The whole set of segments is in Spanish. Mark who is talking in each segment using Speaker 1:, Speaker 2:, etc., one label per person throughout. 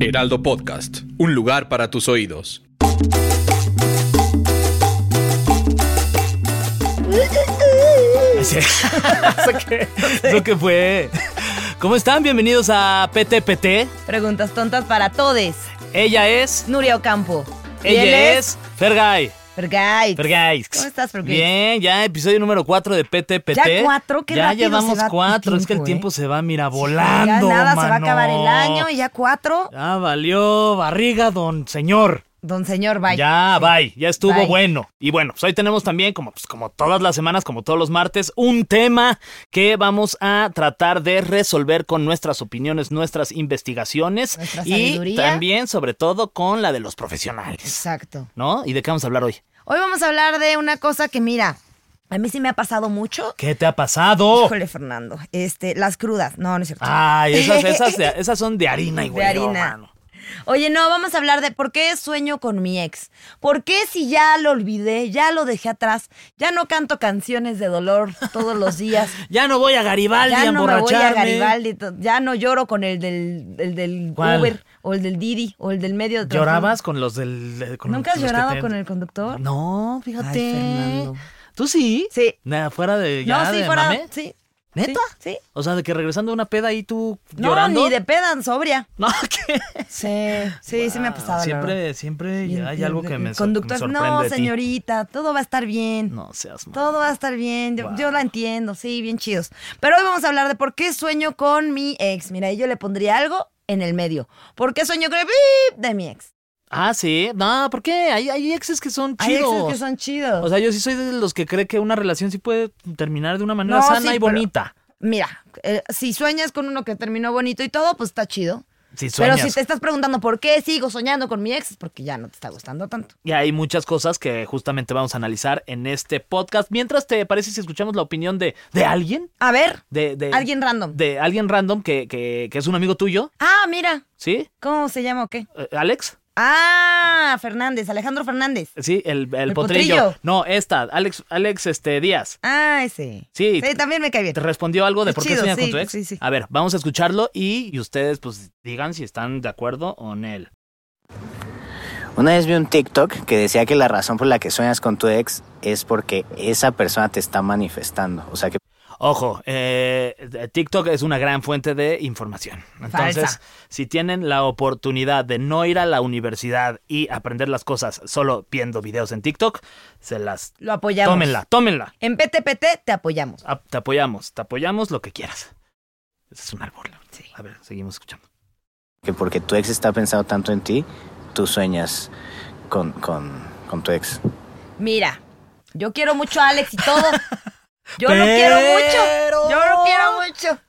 Speaker 1: Heraldo Podcast, un lugar para tus oídos.
Speaker 2: Eso que fue. ¿Cómo están? Bienvenidos a PTPT.
Speaker 3: Preguntas tontas para todes.
Speaker 2: Ella es.
Speaker 3: Nuria Ocampo. Y él
Speaker 2: Ella es. Fergay.
Speaker 3: Fergay.
Speaker 2: Fergay.
Speaker 3: ¿Cómo estás, Fergay?
Speaker 2: Bien, ya episodio número 4 de PTPT.
Speaker 3: Ya cuatro, qué
Speaker 2: Ya
Speaker 3: rápido
Speaker 2: llevamos
Speaker 3: se va tu
Speaker 2: cuatro. es que el
Speaker 3: tiempo,
Speaker 2: tiempo
Speaker 3: ¿eh?
Speaker 2: se va, mira,
Speaker 3: Ya
Speaker 2: volando.
Speaker 3: nada, se va a
Speaker 2: mano.
Speaker 3: acabar el año y ya cuatro.
Speaker 2: Ya valió barriga, don señor.
Speaker 3: Don señor, vaya.
Speaker 2: Ya, bye, ya estuvo
Speaker 3: Bye.
Speaker 2: bueno. Y bueno, pues hoy tenemos también, como, pues, como todas las semanas, como todos los martes, un tema que vamos a tratar de resolver con nuestras opiniones, nuestras investigaciones
Speaker 3: Nuestra
Speaker 2: y
Speaker 3: sabiduría.
Speaker 2: también, sobre todo, con la de los profesionales.
Speaker 3: Exacto.
Speaker 2: ¿No? ¿Y de qué vamos a hablar hoy?
Speaker 3: Hoy vamos a hablar de una cosa que, mira, a mí sí me ha pasado mucho. Oh.
Speaker 2: ¿Qué te ha pasado?
Speaker 3: Híjole, Fernando. Este, las crudas. No, no es cierto.
Speaker 2: Ay, esas, esas, de- esas son de harina y
Speaker 3: de harina. Oye, no, vamos a hablar de por qué sueño con mi ex. ¿Por qué si ya lo olvidé, ya lo dejé atrás, ya no canto canciones de dolor todos los días?
Speaker 2: Ya no voy a Garibaldi a
Speaker 3: ya no me voy a
Speaker 2: emborracharme.
Speaker 3: Garibaldi, to- ya no lloro con el del, el del
Speaker 2: ¿Cuál?
Speaker 3: Uber o el del Didi o el del medio de transporte.
Speaker 2: ¿Llorabas con los del. eh, con
Speaker 3: ¿Nunca has
Speaker 2: los que
Speaker 3: llorado
Speaker 2: te-
Speaker 3: con el conductor?
Speaker 2: No, fíjate.
Speaker 3: Ay, Fernando.
Speaker 2: ¿Tú sí?
Speaker 3: Sí.
Speaker 2: Nada, fuera de ya
Speaker 3: no, sí,
Speaker 2: de
Speaker 3: fuera.
Speaker 2: mame.
Speaker 3: Sí.
Speaker 2: ¿Neta?
Speaker 3: Sí. sí.
Speaker 2: O sea, de que regresando de una peda ahí tú
Speaker 3: No,
Speaker 2: llorando.
Speaker 3: ni de pedan, sobria.
Speaker 2: No, ¿qué?
Speaker 3: Sí, sí, sí me ha pasado. la verdad.
Speaker 2: Siempre, siempre hay algo que me, sor- que me
Speaker 3: Conductor,
Speaker 2: sorprende
Speaker 3: no,
Speaker 2: de ti.
Speaker 3: señorita, todo va a estar bien.
Speaker 2: No seas mal.
Speaker 3: Todo va a estar bien, yo, yo la entiendo, sí, bien chidos. Pero hoy vamos a hablar de por qué sueño con mi ex. Mira, y yo le pondría algo en el medio. ¿Por qué sueño con el bip de mi ex?
Speaker 2: Ah, sí. No, ¿por qué? Hay, hay exes que son
Speaker 3: Hay
Speaker 2: chidos.
Speaker 3: exes que son chidos.
Speaker 2: O sea, yo sí soy de los que cree que una relación sí puede terminar de una manera
Speaker 3: No,
Speaker 2: sana
Speaker 3: sí,
Speaker 2: y
Speaker 3: pero-
Speaker 2: bonita.
Speaker 3: Mira, eh, si sueñas con uno que terminó bonito y todo, pues está chido.
Speaker 2: Si sueñas.
Speaker 3: Pero si te estás preguntando por qué sigo soñando con mi ex, es porque ya no te está gustando tanto.
Speaker 2: Y hay muchas cosas que justamente vamos a analizar en este podcast. Mientras, ¿te parece si escuchamos la opinión de, de alguien?
Speaker 3: A ver,
Speaker 2: De, de-
Speaker 3: alguien random.
Speaker 2: De alguien random que, que, que es un amigo tuyo,
Speaker 3: Ah, mira,
Speaker 2: ¿sí?
Speaker 3: ¿cómo se llama o qué?
Speaker 2: Eh, ¿Alex?
Speaker 3: Ah, Fernández, Alejandro Fernández.
Speaker 2: Sí, el, el
Speaker 3: El
Speaker 2: potrillo.
Speaker 3: potrillo.
Speaker 2: No, esta, Alex, Alex este, Díaz.
Speaker 3: Ah, ese.
Speaker 2: Sí.
Speaker 3: Sí, también me cae bien.
Speaker 2: ¿Te respondió algo de
Speaker 3: Es
Speaker 2: por qué
Speaker 3: chido,
Speaker 2: sueña con
Speaker 3: sí,
Speaker 2: tu ex?
Speaker 3: sí, sí.
Speaker 2: A ver, vamos a escucharlo y, y ustedes pues digan si están de acuerdo o en él.
Speaker 4: Una vez vi un TikTok que decía que la razón por la que sueñas con tu ex es porque esa persona te está manifestando. O sea que
Speaker 2: Ojo, eh, TikTok es una gran fuente de información. Entonces,
Speaker 3: Falsa.
Speaker 2: si tienen la oportunidad de no ir a la universidad y aprender las cosas solo viendo videos en TikTok, se las...
Speaker 3: Lo apoyamos.
Speaker 2: Tómenla, tómenla.
Speaker 3: En PTPT te apoyamos.
Speaker 2: Ah, Te apoyamos, te apoyamos lo que quieras. Ese es un árbol.
Speaker 3: Sí.
Speaker 2: A ver, seguimos escuchando.
Speaker 4: que porque tu ex está pensando tanto en ti, tú sueñas con, con- con tu ex.
Speaker 3: Mira, yo quiero mucho a Alex y todo. Yo lo quiero mucho. Yo lo quiero mucho.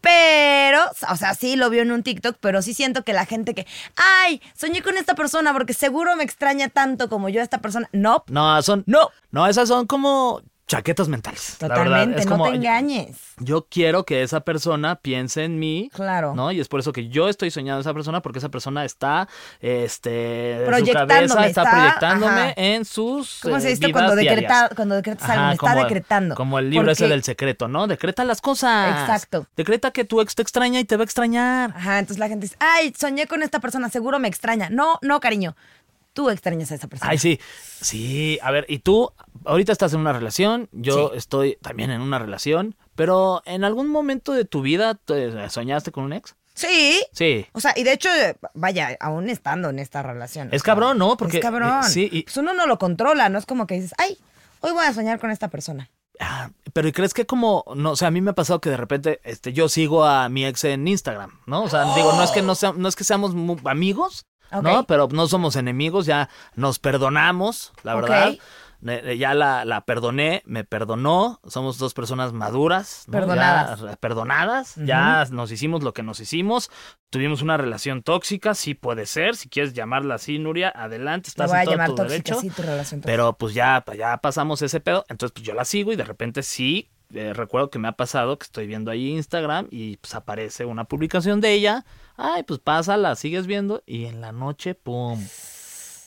Speaker 3: Pero, o sea, sí lo vio en un TikTok, pero sí siento que la gente que, ay, soñé con esta persona porque seguro me extraña tanto como yo a esta persona. No,
Speaker 2: No, son... No. No, esas son como chaquetas mentales. la verdad.
Speaker 3: totalmente,
Speaker 2: Es como,
Speaker 3: no te engañes.
Speaker 2: Yo quiero que esa persona piense en mí.
Speaker 3: Claro.
Speaker 2: ¿No? Y es por eso que yo estoy soñando a esa persona, porque esa persona está, este, en su
Speaker 3: Proyectándome,
Speaker 2: cabeza, está,
Speaker 3: está-
Speaker 2: proyectándome
Speaker 3: ajá.
Speaker 2: en sus.
Speaker 3: ¿Cómo se
Speaker 2: eh,
Speaker 3: dice esto
Speaker 2: vidas
Speaker 3: cuando, decreta,
Speaker 2: diarias.
Speaker 3: cuando decretas algo?
Speaker 2: Ajá,
Speaker 3: Me está
Speaker 2: como-
Speaker 3: decretando.
Speaker 2: Como el libro ese
Speaker 3: Porque-
Speaker 2: del secreto, ¿no? Decreta las cosas.
Speaker 3: Exacto.
Speaker 2: Decreta que tu ex te extraña y te va a extrañar.
Speaker 3: Ajá, entonces la gente dice, ay, soñé con esta persona, seguro me extraña. No, no, cariño, tú extrañas a esa persona.
Speaker 2: Ay, sí. Sí, a ver, y tú ahorita estás en una relación, yo estoy también en una relación, pero ¿en algún momento de tu vida te- eh, soñaste con un ex?
Speaker 3: Sí.
Speaker 2: Sí.
Speaker 3: O sea, y de hecho, eh, vaya, aún estando en esta relación.
Speaker 2: Es
Speaker 3: o sea,
Speaker 2: cabrón, ¿no? Porque-
Speaker 3: Es cabrón.
Speaker 2: eh, sí, y-
Speaker 3: Pues uno no lo controla, no es como que dices, ay, hoy voy a soñar con esta persona.
Speaker 2: Ah, pero ¿y crees que como, no, o sea, a mí me ha pasado que de repente, este, yo sigo a mi ex en Instagram, ¿no? O sea, digo, no es que no, sea- no es que seamos mu- amigos,
Speaker 3: Ok.
Speaker 2: ¿no? Pero no somos enemigos, ya nos perdonamos, la
Speaker 3: Ok.
Speaker 2: verdad. eh, ya la, la perdoné, me perdonó, somos dos personas maduras. ¿no?
Speaker 3: Perdonadas.
Speaker 2: Ya, eh, perdonadas, ya nos hicimos lo que nos hicimos, tuvimos una relación tóxica, sí puede ser, si quieres llamarla así, Nuria, adelante,
Speaker 3: Te
Speaker 2: estás
Speaker 3: voy a
Speaker 2: en todo
Speaker 3: llamar
Speaker 2: tu
Speaker 3: tóxica,
Speaker 2: derecho.
Speaker 3: sí, tu relación tóxica.
Speaker 2: Pero pues ya, pa- ya pasamos ese pedo. Entonces, pues yo la sigo y de repente sí. eh, recuerdo que me ha pasado que estoy viendo ahí Instagram y pues aparece una publicación de ella. Ay, pues pásala, sigues viendo. Y en la noche, pum.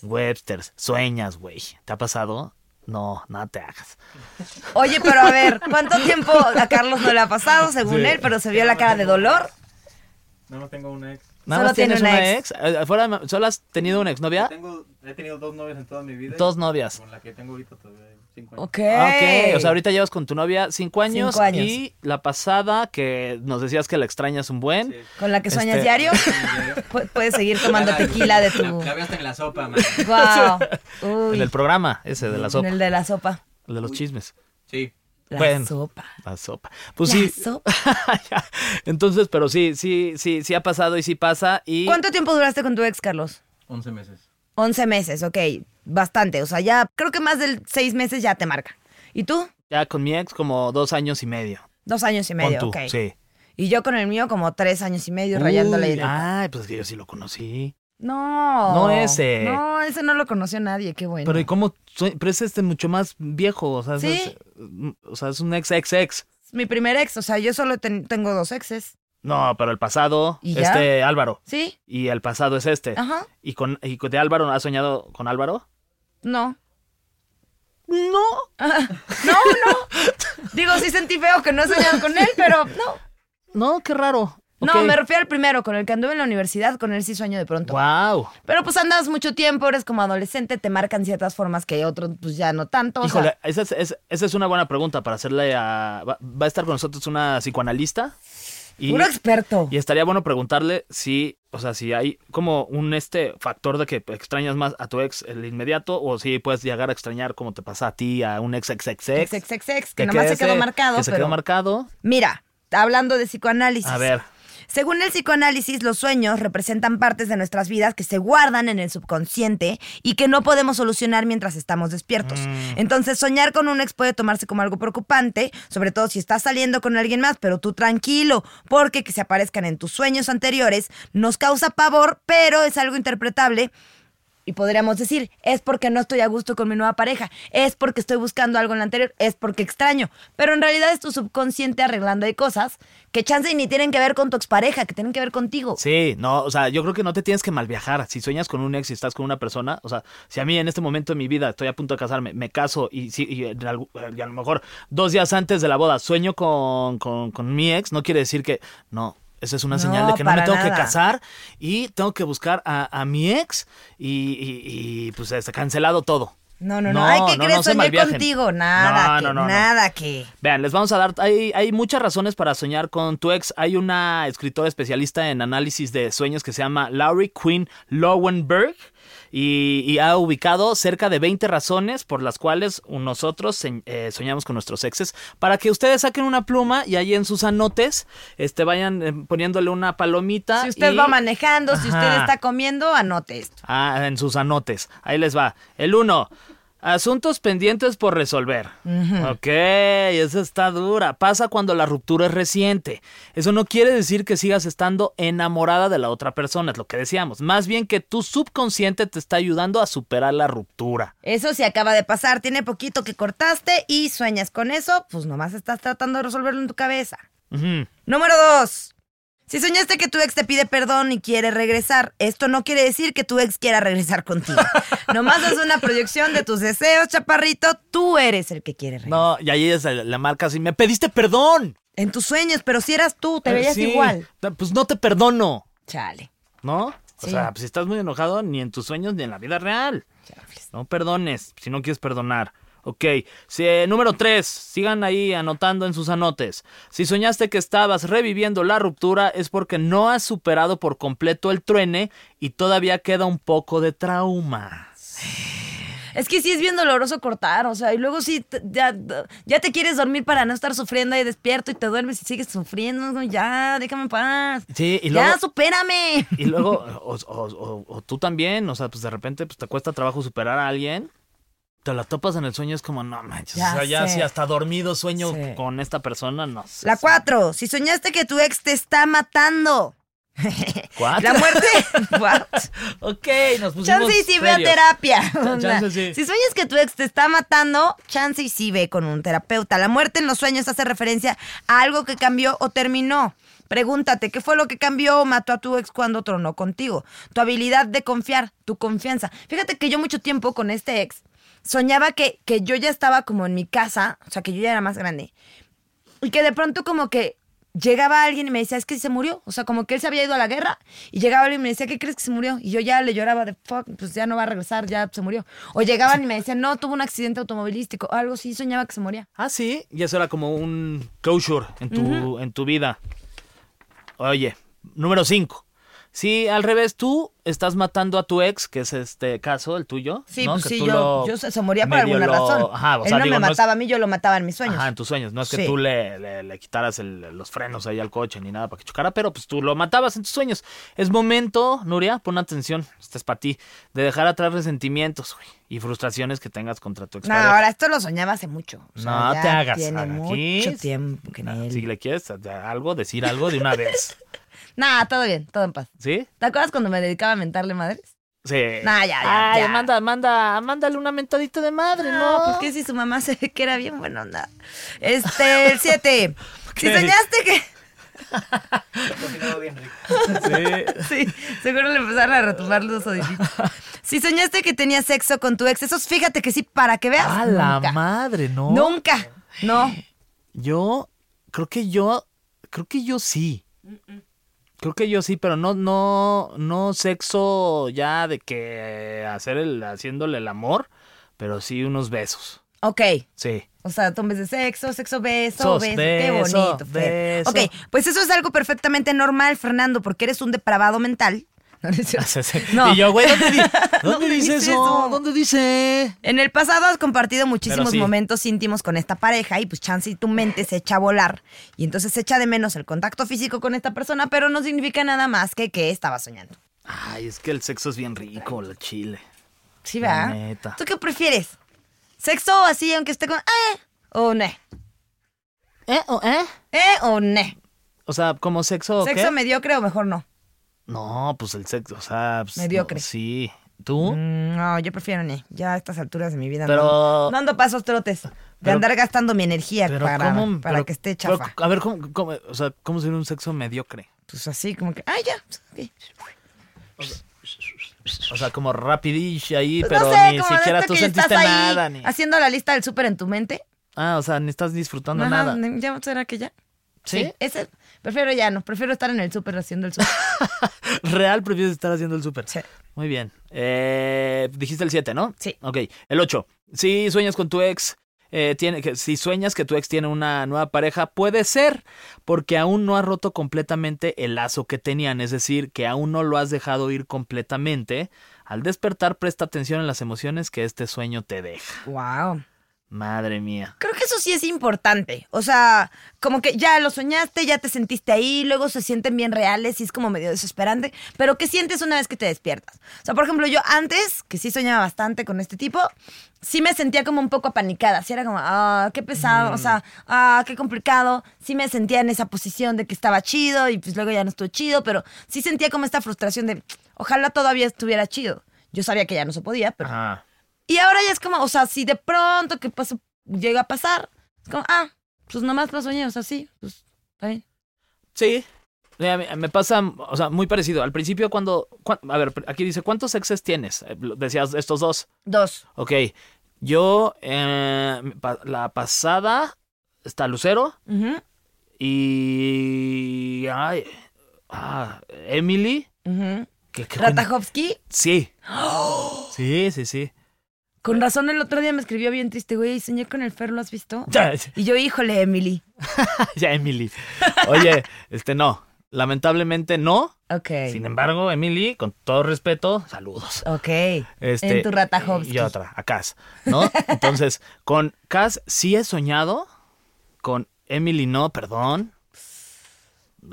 Speaker 2: Websters, sueñas, güey. ¿Te ha pasado? No, nada te hagas.
Speaker 3: Oye, pero a ver, ¿cuánto tiempo a Carlos no le ha pasado, según él, pero se vio la cara de dolor?
Speaker 5: No, no tengo una ex.
Speaker 2: Nada
Speaker 3: Solo
Speaker 2: más tienes
Speaker 3: tiene una
Speaker 2: una
Speaker 3: ex.
Speaker 2: ex. Eh, Afuera, de ma- ¿Solo has tenido una exnovia?
Speaker 5: Tengo, he tenido dos novias en toda mi vida. y
Speaker 2: Ah. Dos novias.
Speaker 5: Con la que tengo ahorita todavía, cinco años.
Speaker 3: Ok.
Speaker 2: Ah, ok. O sea, ahorita llevas con tu novia cinco años,
Speaker 3: Cinco años.
Speaker 2: y la pasada que nos decías que la extrañas un buen.
Speaker 3: ¿Con la que sueñas
Speaker 2: Este-
Speaker 3: diario? Pu- Puedes seguir tomando tequila de tu...
Speaker 5: La, la veo hasta en la sopa, man.
Speaker 3: Wow. Uy.
Speaker 2: En el programa ese de la sopa,
Speaker 3: En el de la sopa.
Speaker 2: el de los chismes.
Speaker 5: Sí.
Speaker 3: La
Speaker 2: Bueno.
Speaker 3: sopa.
Speaker 2: La sopa.
Speaker 3: La
Speaker 2: Pues sí.
Speaker 3: sopa.
Speaker 2: Ya. Entonces, pero sí, sí, sí, sí ha pasado y sí pasa. Y
Speaker 3: ¿Cuánto tiempo duraste con tu ex, Carlos?
Speaker 5: 11 meses.
Speaker 3: 11 meses, ok. Bastante. O sea, ya creo que más de 6 meses ya te marca. ¿Y tú?
Speaker 2: ya con mi ex como dos años y medio.
Speaker 3: Dos años y
Speaker 2: Pon
Speaker 3: medio,
Speaker 2: tú,
Speaker 3: ok.
Speaker 2: sí.
Speaker 3: Y yo con el mío como tres años y medio rayando la
Speaker 2: Uy,
Speaker 3: idea.
Speaker 2: Ay, pues es que yo sí lo conocí.
Speaker 3: No.
Speaker 2: No ese.
Speaker 3: No, ese no lo conoció nadie, qué bueno.
Speaker 2: Pero ¿y cómo? sue- Pero es este mucho más viejo, o sea, es-
Speaker 3: Sí.
Speaker 2: es, mm, o sea, es un ex ex ex.
Speaker 3: Mi primer ex, o sea, yo solo ten- tengo dos exes.
Speaker 2: No, pero el pasado,
Speaker 3: ¿Y ya? Ah.
Speaker 2: este Álvaro.
Speaker 3: ¿Sí?
Speaker 2: Y el pasado es este.
Speaker 3: Ajá.
Speaker 2: ¿Y con y con- de Álvaro has soñado con Álvaro?
Speaker 3: No.
Speaker 2: No.
Speaker 3: No, no. Digo, sí sentí feo que no he soñado con él, pero no.
Speaker 2: No, qué raro.
Speaker 3: No, me refiero al primero, con el que anduve en la universidad, con él sí sueño de pronto.
Speaker 2: Wow.
Speaker 3: Pero pues andas mucho tiempo, eres como adolescente, te marcan ciertas formas que otros pues ya no tanto. o sea,
Speaker 2: Híjole, esa es, es- esa es una buena pregunta para hacerle a... Va, va a estar con nosotros una psicoanalista. Y,
Speaker 3: puro experto.
Speaker 2: y estaría bueno preguntarle si, o sea, si hay como un este factor de que extrañas más a tu ex el inmediato o si puedes llegar a extrañar como te pasa a ti, a un ex ex ex ex.
Speaker 3: Ex, ex, ex, ex, que nomás se quedó
Speaker 2: ese-
Speaker 3: marcado,
Speaker 2: Que se
Speaker 3: pero-
Speaker 2: quedó marcado.
Speaker 3: Mira, hablando de psicoanálisis.
Speaker 2: A ver,
Speaker 3: Según el psicoanálisis, los sueños representan partes de nuestras vidas que se guardan en el subconsciente y que no podemos solucionar mientras estamos despiertos.
Speaker 2: Mm.
Speaker 3: Entonces, soñar con un ex puede tomarse como algo preocupante, sobre todo si estás saliendo con alguien más, pero tú tranquilo, porque que se aparezcan en tus sueños anteriores nos causa pavor, pero es algo interpretable. Y podríamos decir, es porque no estoy a gusto con mi nueva pareja, es porque estoy buscando algo en la anterior, es porque extraño. Pero en realidad es tu subconsciente arreglando ahí cosas que chance y ni tienen que ver con tu expareja, que tienen que ver contigo.
Speaker 2: sí, no, o sea, yo creo que no te tienes que malviajar. Si sueñas con un ex y estás con una persona, o sea, si a mí en este momento de mi vida estoy a punto de casarme, me caso y, sí, y, en algu- y a lo mejor dos días antes de la boda sueño con, con- con mi ex, no quiere decir que no. Esa es una
Speaker 3: No,
Speaker 2: señal de que no me
Speaker 3: para
Speaker 2: tengo que
Speaker 3: nada.
Speaker 2: casar y tengo que buscar a, a mi ex y, y- y, pues está cancelado todo.
Speaker 3: No, no, no. Ay, ¿qué crees?
Speaker 2: se
Speaker 3: Soñé
Speaker 2: malviajen.
Speaker 3: contigo. Nada,
Speaker 2: No,
Speaker 3: que,
Speaker 2: no, no, no.
Speaker 3: nada que.
Speaker 2: Vean, les vamos a dar, hay, hay muchas razones para soñar con tu ex. Hay una escritora especialista en análisis de sueños que se llama Laurie Quinn Lowenberg y, y ha ubicado cerca de 20 razones por las cuales nosotros se- eh, soñamos con nuestros exes. Para que ustedes saquen una pluma y ahí en sus anotes este, vayan eh, poniéndole una palomita.
Speaker 3: Si usted
Speaker 2: Ah, y-
Speaker 3: va manejando, si usted
Speaker 2: Ajá.
Speaker 3: está comiendo, anote esto.
Speaker 2: Ah, en sus anotes. Ahí les va. El uno, Asuntos pendientes por resolver.
Speaker 3: Mm.
Speaker 2: Ok, esa está dura. Pasa cuando la ruptura es reciente. Eso no quiere decir que sigas estando enamorada de la otra persona, es lo que decíamos. Más bien que tu subconsciente te está ayudando a superar la ruptura.
Speaker 3: Eso sí acaba de pasar, tiene poquito que cortaste y sueñas con eso, pues nomás estás tratando de resolverlo en tu cabeza.
Speaker 2: Ujú.
Speaker 3: Número 2. Si soñaste que tu ex te pide perdón y quiere regresar, esto no quiere decir que tu ex quiera regresar contigo. Nomás es una proyección de tus deseos, chaparrito. Tú eres el que quiere regresar.
Speaker 2: No, y ahí es la la marca así, me pediste perdón.
Speaker 3: En tus sueños, pero si eras tú, te
Speaker 2: Eh,
Speaker 3: veías
Speaker 2: sí.
Speaker 3: igual.
Speaker 2: Ta- Pues no te perdono,
Speaker 3: Chale.
Speaker 2: ¿no? O
Speaker 3: Sí.
Speaker 2: sea, pues si estás muy enojado, ni en tus sueños ni en la vida real. No perdones si no quieres perdonar. Ok, Si, eh, número 3, sigan ahí anotando en sus anotes. Si soñaste que estabas reviviendo la ruptura es porque no has superado por completo el truene y todavía queda un poco de trauma.
Speaker 3: Es que sí es bien doloroso cortar, o sea, y luego sí, te- ya, ya te quieres dormir para no estar sufriendo ahí despierto y te duermes y sigues sufriendo. no, Ya, déjame en paz.
Speaker 2: Sí, y
Speaker 3: ya,
Speaker 2: luego,
Speaker 3: supérame.
Speaker 2: y luego o, o- o- o tú también, o sea, pues de repente pues, te cuesta trabajo superar a alguien te la topas en el sueño, es como, no manches.
Speaker 3: Ya
Speaker 2: o sea, ya
Speaker 3: sé.
Speaker 2: si hasta dormido sueño
Speaker 3: Sí.
Speaker 2: con esta persona, no sé.
Speaker 3: La cuatro, si soñaste que tu ex te está matando.
Speaker 2: ¿Cuatro?
Speaker 3: La muerte. What?
Speaker 2: Ok, nos Ah, pusimos
Speaker 3: Chance y si ve a
Speaker 2: serios.
Speaker 3: terapia.
Speaker 2: chance sí.
Speaker 3: Si sueñas que tu ex te está matando, chance y si ve con un terapeuta. La muerte en los sueños hace referencia a algo que cambió o terminó. Pregúntate, ¿qué fue lo que cambió o mató a tu ex cuando tronó contigo? Tu habilidad de confiar, tu confianza. Fíjate que yo mucho tiempo con este ex soñaba que, que yo ya estaba como en mi casa, o sea, que yo ya era más grande. Y que de pronto como que llegaba alguien y me decía, es que se murió. O sea, como que él se había ido a la guerra. Y llegaba alguien y me decía, ¿qué crees que se murió? Y yo ya le lloraba de, fuck, pues ya no va a regresar, ya se murió. O llegaban y me decían, no, tuvo un accidente automovilístico. O algo así, soñaba que se moría.
Speaker 2: Ah, sí. Y eso era como un closure en tu, en tu vida. Oye, número 5. Si al revés tú estás matando a tu ex, que es este caso, el tuyo.
Speaker 3: Sí,
Speaker 2: ¿no?
Speaker 3: pues
Speaker 2: Que
Speaker 3: sí,
Speaker 2: tú
Speaker 3: yo,
Speaker 2: lo-
Speaker 3: yo se, se moría por
Speaker 2: medio
Speaker 3: alguna
Speaker 2: lo-
Speaker 3: razón.
Speaker 2: Ajá, o
Speaker 3: él
Speaker 2: sea,
Speaker 3: no
Speaker 2: digo,
Speaker 3: me
Speaker 2: no es-
Speaker 3: mataba a mí, yo lo mataba en mis sueños.
Speaker 2: Ajá, en tus sueños. No es que
Speaker 3: Sí.
Speaker 2: tú le, le- le quitaras el- los frenos ahí al coche ni nada para que chocara, pero pues tú lo matabas en tus sueños. Es momento, Nuria, pon atención, este es para ti, de dejar atrás resentimientos güey, y frustraciones que tengas contra tu ex.
Speaker 3: No, ahora esto lo soñaba hace mucho. O sea,
Speaker 2: pues, No
Speaker 3: ya
Speaker 2: te hagas,
Speaker 3: Tiene
Speaker 2: Ana,
Speaker 3: mucho
Speaker 2: aquí-
Speaker 3: tiempo que él.
Speaker 2: Ah, Si le quieres a- a- algo, decir algo de una vez.
Speaker 3: Nah, todo bien, todo en paz.
Speaker 2: ¿Sí?
Speaker 3: ¿Te acuerdas cuando me dedicaba a mentarle madres?
Speaker 2: Sí.
Speaker 3: Nah, ya, ya,
Speaker 2: Ay,
Speaker 3: ya.
Speaker 2: manda, manda, mándale una mentadita de madre,
Speaker 3: No,
Speaker 2: ¿no?
Speaker 3: pues que si su mamá se ve que era bien buena onda. Este, el 7. Si soñaste que.
Speaker 5: Cocinado bien rico.
Speaker 3: Sí, seguro le empezaron a retumbar los ojitos. Si soñaste que tenías sexo con tu ex, esos fíjate que sí, para que veas.
Speaker 2: A la
Speaker 3: nunca.
Speaker 2: madre, ¿no?
Speaker 3: Nunca. No.
Speaker 2: Yo creo que yo creo que yo sí. Creo que yo sí, pero no no no sexo ya de que hacer el haciéndole el amor, pero sí unos besos.
Speaker 3: Ok.
Speaker 2: Sí.
Speaker 3: O sea, tomes de sexo, sexo, beso,
Speaker 2: Sos,
Speaker 3: beso.
Speaker 2: beso,
Speaker 3: Qué bonito, Fer.
Speaker 2: beso.
Speaker 3: Ok, pues eso es algo perfectamente normal, Fernando, porque eres un depravado mental. No, no es cierto. No.
Speaker 2: Y yo, güey, ¿dónde, di- dónde
Speaker 3: ¿Dónde
Speaker 2: dice
Speaker 3: dice
Speaker 2: eso?
Speaker 3: eso?
Speaker 2: ¿Dónde dice?
Speaker 3: En el pasado has compartido muchísimos
Speaker 2: Pero sí.
Speaker 3: momentos íntimos con esta pareja y pues chance y tu mente se echa a volar y entonces se echa de menos el contacto físico con esta persona, pero no significa nada más que que estaba soñando.
Speaker 2: Ay, es que el sexo es bien rico, la chile.
Speaker 3: Sí,
Speaker 2: La
Speaker 3: ¿verdad?
Speaker 2: neta.
Speaker 3: ¿Tú qué prefieres? ¿Sexo así aunque esté con eh o ne?
Speaker 2: ¿Eh o eh?
Speaker 3: ¿Eh o ne?
Speaker 2: O sea, como sexo o qué?
Speaker 3: ¿Sexo mediocre o mejor no?
Speaker 2: No, pues el sexo, o sea, pues, no,
Speaker 3: Mediocre.
Speaker 2: sí. ¿Tú?
Speaker 3: Mm, No, yo prefiero ne. Ya a estas alturas de mi vida
Speaker 2: Pero-
Speaker 3: no, no ando pasos trotes. De
Speaker 2: Pero-
Speaker 3: andar gastando mi energía
Speaker 2: Pero
Speaker 3: para,
Speaker 2: cómo-
Speaker 3: para
Speaker 2: pero-
Speaker 3: que esté
Speaker 2: pero,
Speaker 3: chafa.
Speaker 2: a ver, ¿cómo, cómo- o sea, ¿cómo sería un sexo mediocre?
Speaker 3: pues así como que, ay ya. pues, ok.
Speaker 2: O sea, como rapidish ahí,
Speaker 3: Pues
Speaker 2: pero
Speaker 3: no sé,
Speaker 2: ni
Speaker 3: como de
Speaker 2: siquiera
Speaker 3: esto
Speaker 2: tú
Speaker 3: que
Speaker 2: sentiste
Speaker 3: estás ahí
Speaker 2: nada. Ni...
Speaker 3: Haciendo la lista del súper en tu mente.
Speaker 2: Ah, o sea, ni estás disfrutando
Speaker 3: Ajá,
Speaker 2: nada.
Speaker 3: ni- ¿Ya será que ya?
Speaker 2: ¿Sí?
Speaker 3: Ese, prefiero ya no, prefiero estar en el súper haciendo el súper.
Speaker 2: Real prefieres estar haciendo el súper.
Speaker 3: Sí.
Speaker 2: Muy bien. Eh, dijiste el 7, ¿no?
Speaker 3: Sí.
Speaker 2: Ok. El 8. Si sueñas con tu ex, eh, tiene que, si sueñas que tu ex tiene una nueva pareja, puede ser, porque aún no ha roto completamente el lazo que tenían, es decir, que aún no lo has dejado ir completamente. Al despertar, presta atención en las emociones que este sueño te deja.
Speaker 3: wow.
Speaker 2: Madre mía.
Speaker 3: Creo que eso sí es importante. O sea, como que ya lo soñaste, ya te sentiste ahí, luego se sienten bien reales y es como medio desesperante. Pero ¿qué sientes una vez que te despiertas? O sea, por ejemplo, yo antes, que sí soñaba bastante con este tipo, sí me sentía como un poco apanicada. Sí era como, ah, qué pesado, o sea, ah, qué complicado. Sí me sentía en esa posición de que estaba chido y pues luego ya no estuvo chido, pero sí sentía como esta frustración de, ojalá todavía estuviera chido. Yo sabía que ya no se podía, pero
Speaker 2: Ajá.
Speaker 3: y ahora ya es como, o sea, si de pronto que pasó, llega a pasar, es como, ah, pues nomás lo soñé, o sea, sí, pues está bien.
Speaker 2: Sí. Mira, Eh, me- Me pasa, o sea, muy parecido. Al principio cuando, cuan- a ver, aquí dice, ¿cuántos exes tienes? Eh, lo- Decías estos dos.
Speaker 3: Dos.
Speaker 2: Ok, yo eh, pa- la pasada está Lucero
Speaker 3: Ujú,
Speaker 2: y ay, ah, Emily.
Speaker 3: ujú.
Speaker 2: Que, que-
Speaker 3: Ratajovsky,
Speaker 2: Sí. Sí, sí, sí.
Speaker 3: con razón el otro día me escribió bien triste, güey, soñé con el Fer, ¿lo has visto?
Speaker 2: Ya,
Speaker 3: Y yo, híjole, Emily.
Speaker 2: ya, Emily. Oye, este no, lamentablemente no.
Speaker 3: Ok.
Speaker 2: Sin embargo, Emily, con todo respeto, saludos.
Speaker 3: Ok.
Speaker 2: Este,
Speaker 3: en tu Ratajovsky.
Speaker 2: Y otra, a Cass, ¿no? Entonces, con Cass sí he soñado, con Emily no, perdón.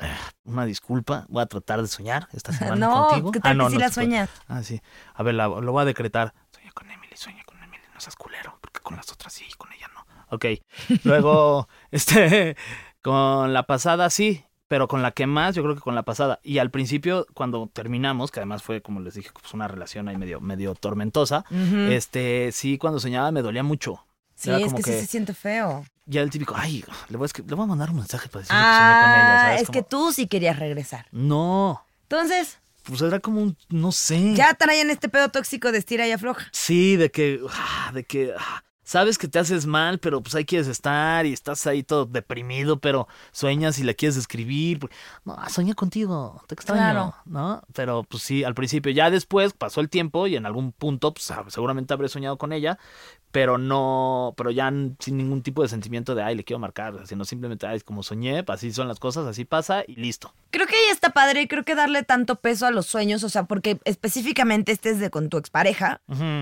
Speaker 2: Eh, Una disculpa, voy a tratar de soñar esta semana
Speaker 3: No,
Speaker 2: contigo. Ah,
Speaker 3: ¿qué tal que sí la
Speaker 2: se puede.
Speaker 3: sueñas?
Speaker 2: Ah, sí. A ver, la- lo voy a decretar. Sueña con Emily, sueña con Emily. no seas culero, porque con las otras sí, con ella no. Ok. Luego, este, con la pasada sí, pero con la que más, yo creo que con la pasada. Y al principio, cuando terminamos, que además fue, como les dije, pues una relación ahí medio, medio tormentosa, este, sí, cuando soñaba me dolía mucho.
Speaker 3: Sí,
Speaker 2: Era
Speaker 3: es
Speaker 2: como
Speaker 3: que, sí se siente feo.
Speaker 2: Ya el típico, ay, le voy a, escri- le voy a mandar un mensaje para decirle que soñé con ella,
Speaker 3: Ah,
Speaker 2: ¿sabes?
Speaker 3: es que
Speaker 2: Como,
Speaker 3: tú sí querías regresar.
Speaker 2: No,
Speaker 3: Entonces,
Speaker 2: pues era como un, no sé.
Speaker 3: ya traen este pedo tóxico de estira y afloja.
Speaker 2: Sí, de que, ah, de que, ah, sabes que te haces mal, pero pues ahí quieres estar y estás ahí todo deprimido, pero sueñas y la quieres escribir. porque, No, ah, soñé contigo, te extraño,
Speaker 3: Claro.
Speaker 2: ¿no? Pero pues sí, al principio, ya después pasó el tiempo y en algún punto, pues ah, seguramente habré soñado con ella, pero no, pero ya n- sin ningún tipo de sentimiento de, ay, le quiero marcar, sino simplemente, ay, como soñé, así son las cosas, así pasa y listo.
Speaker 3: Creo que ahí está padre y creo que darle tanto peso a los sueños, o sea, porque específicamente este es de con tu expareja.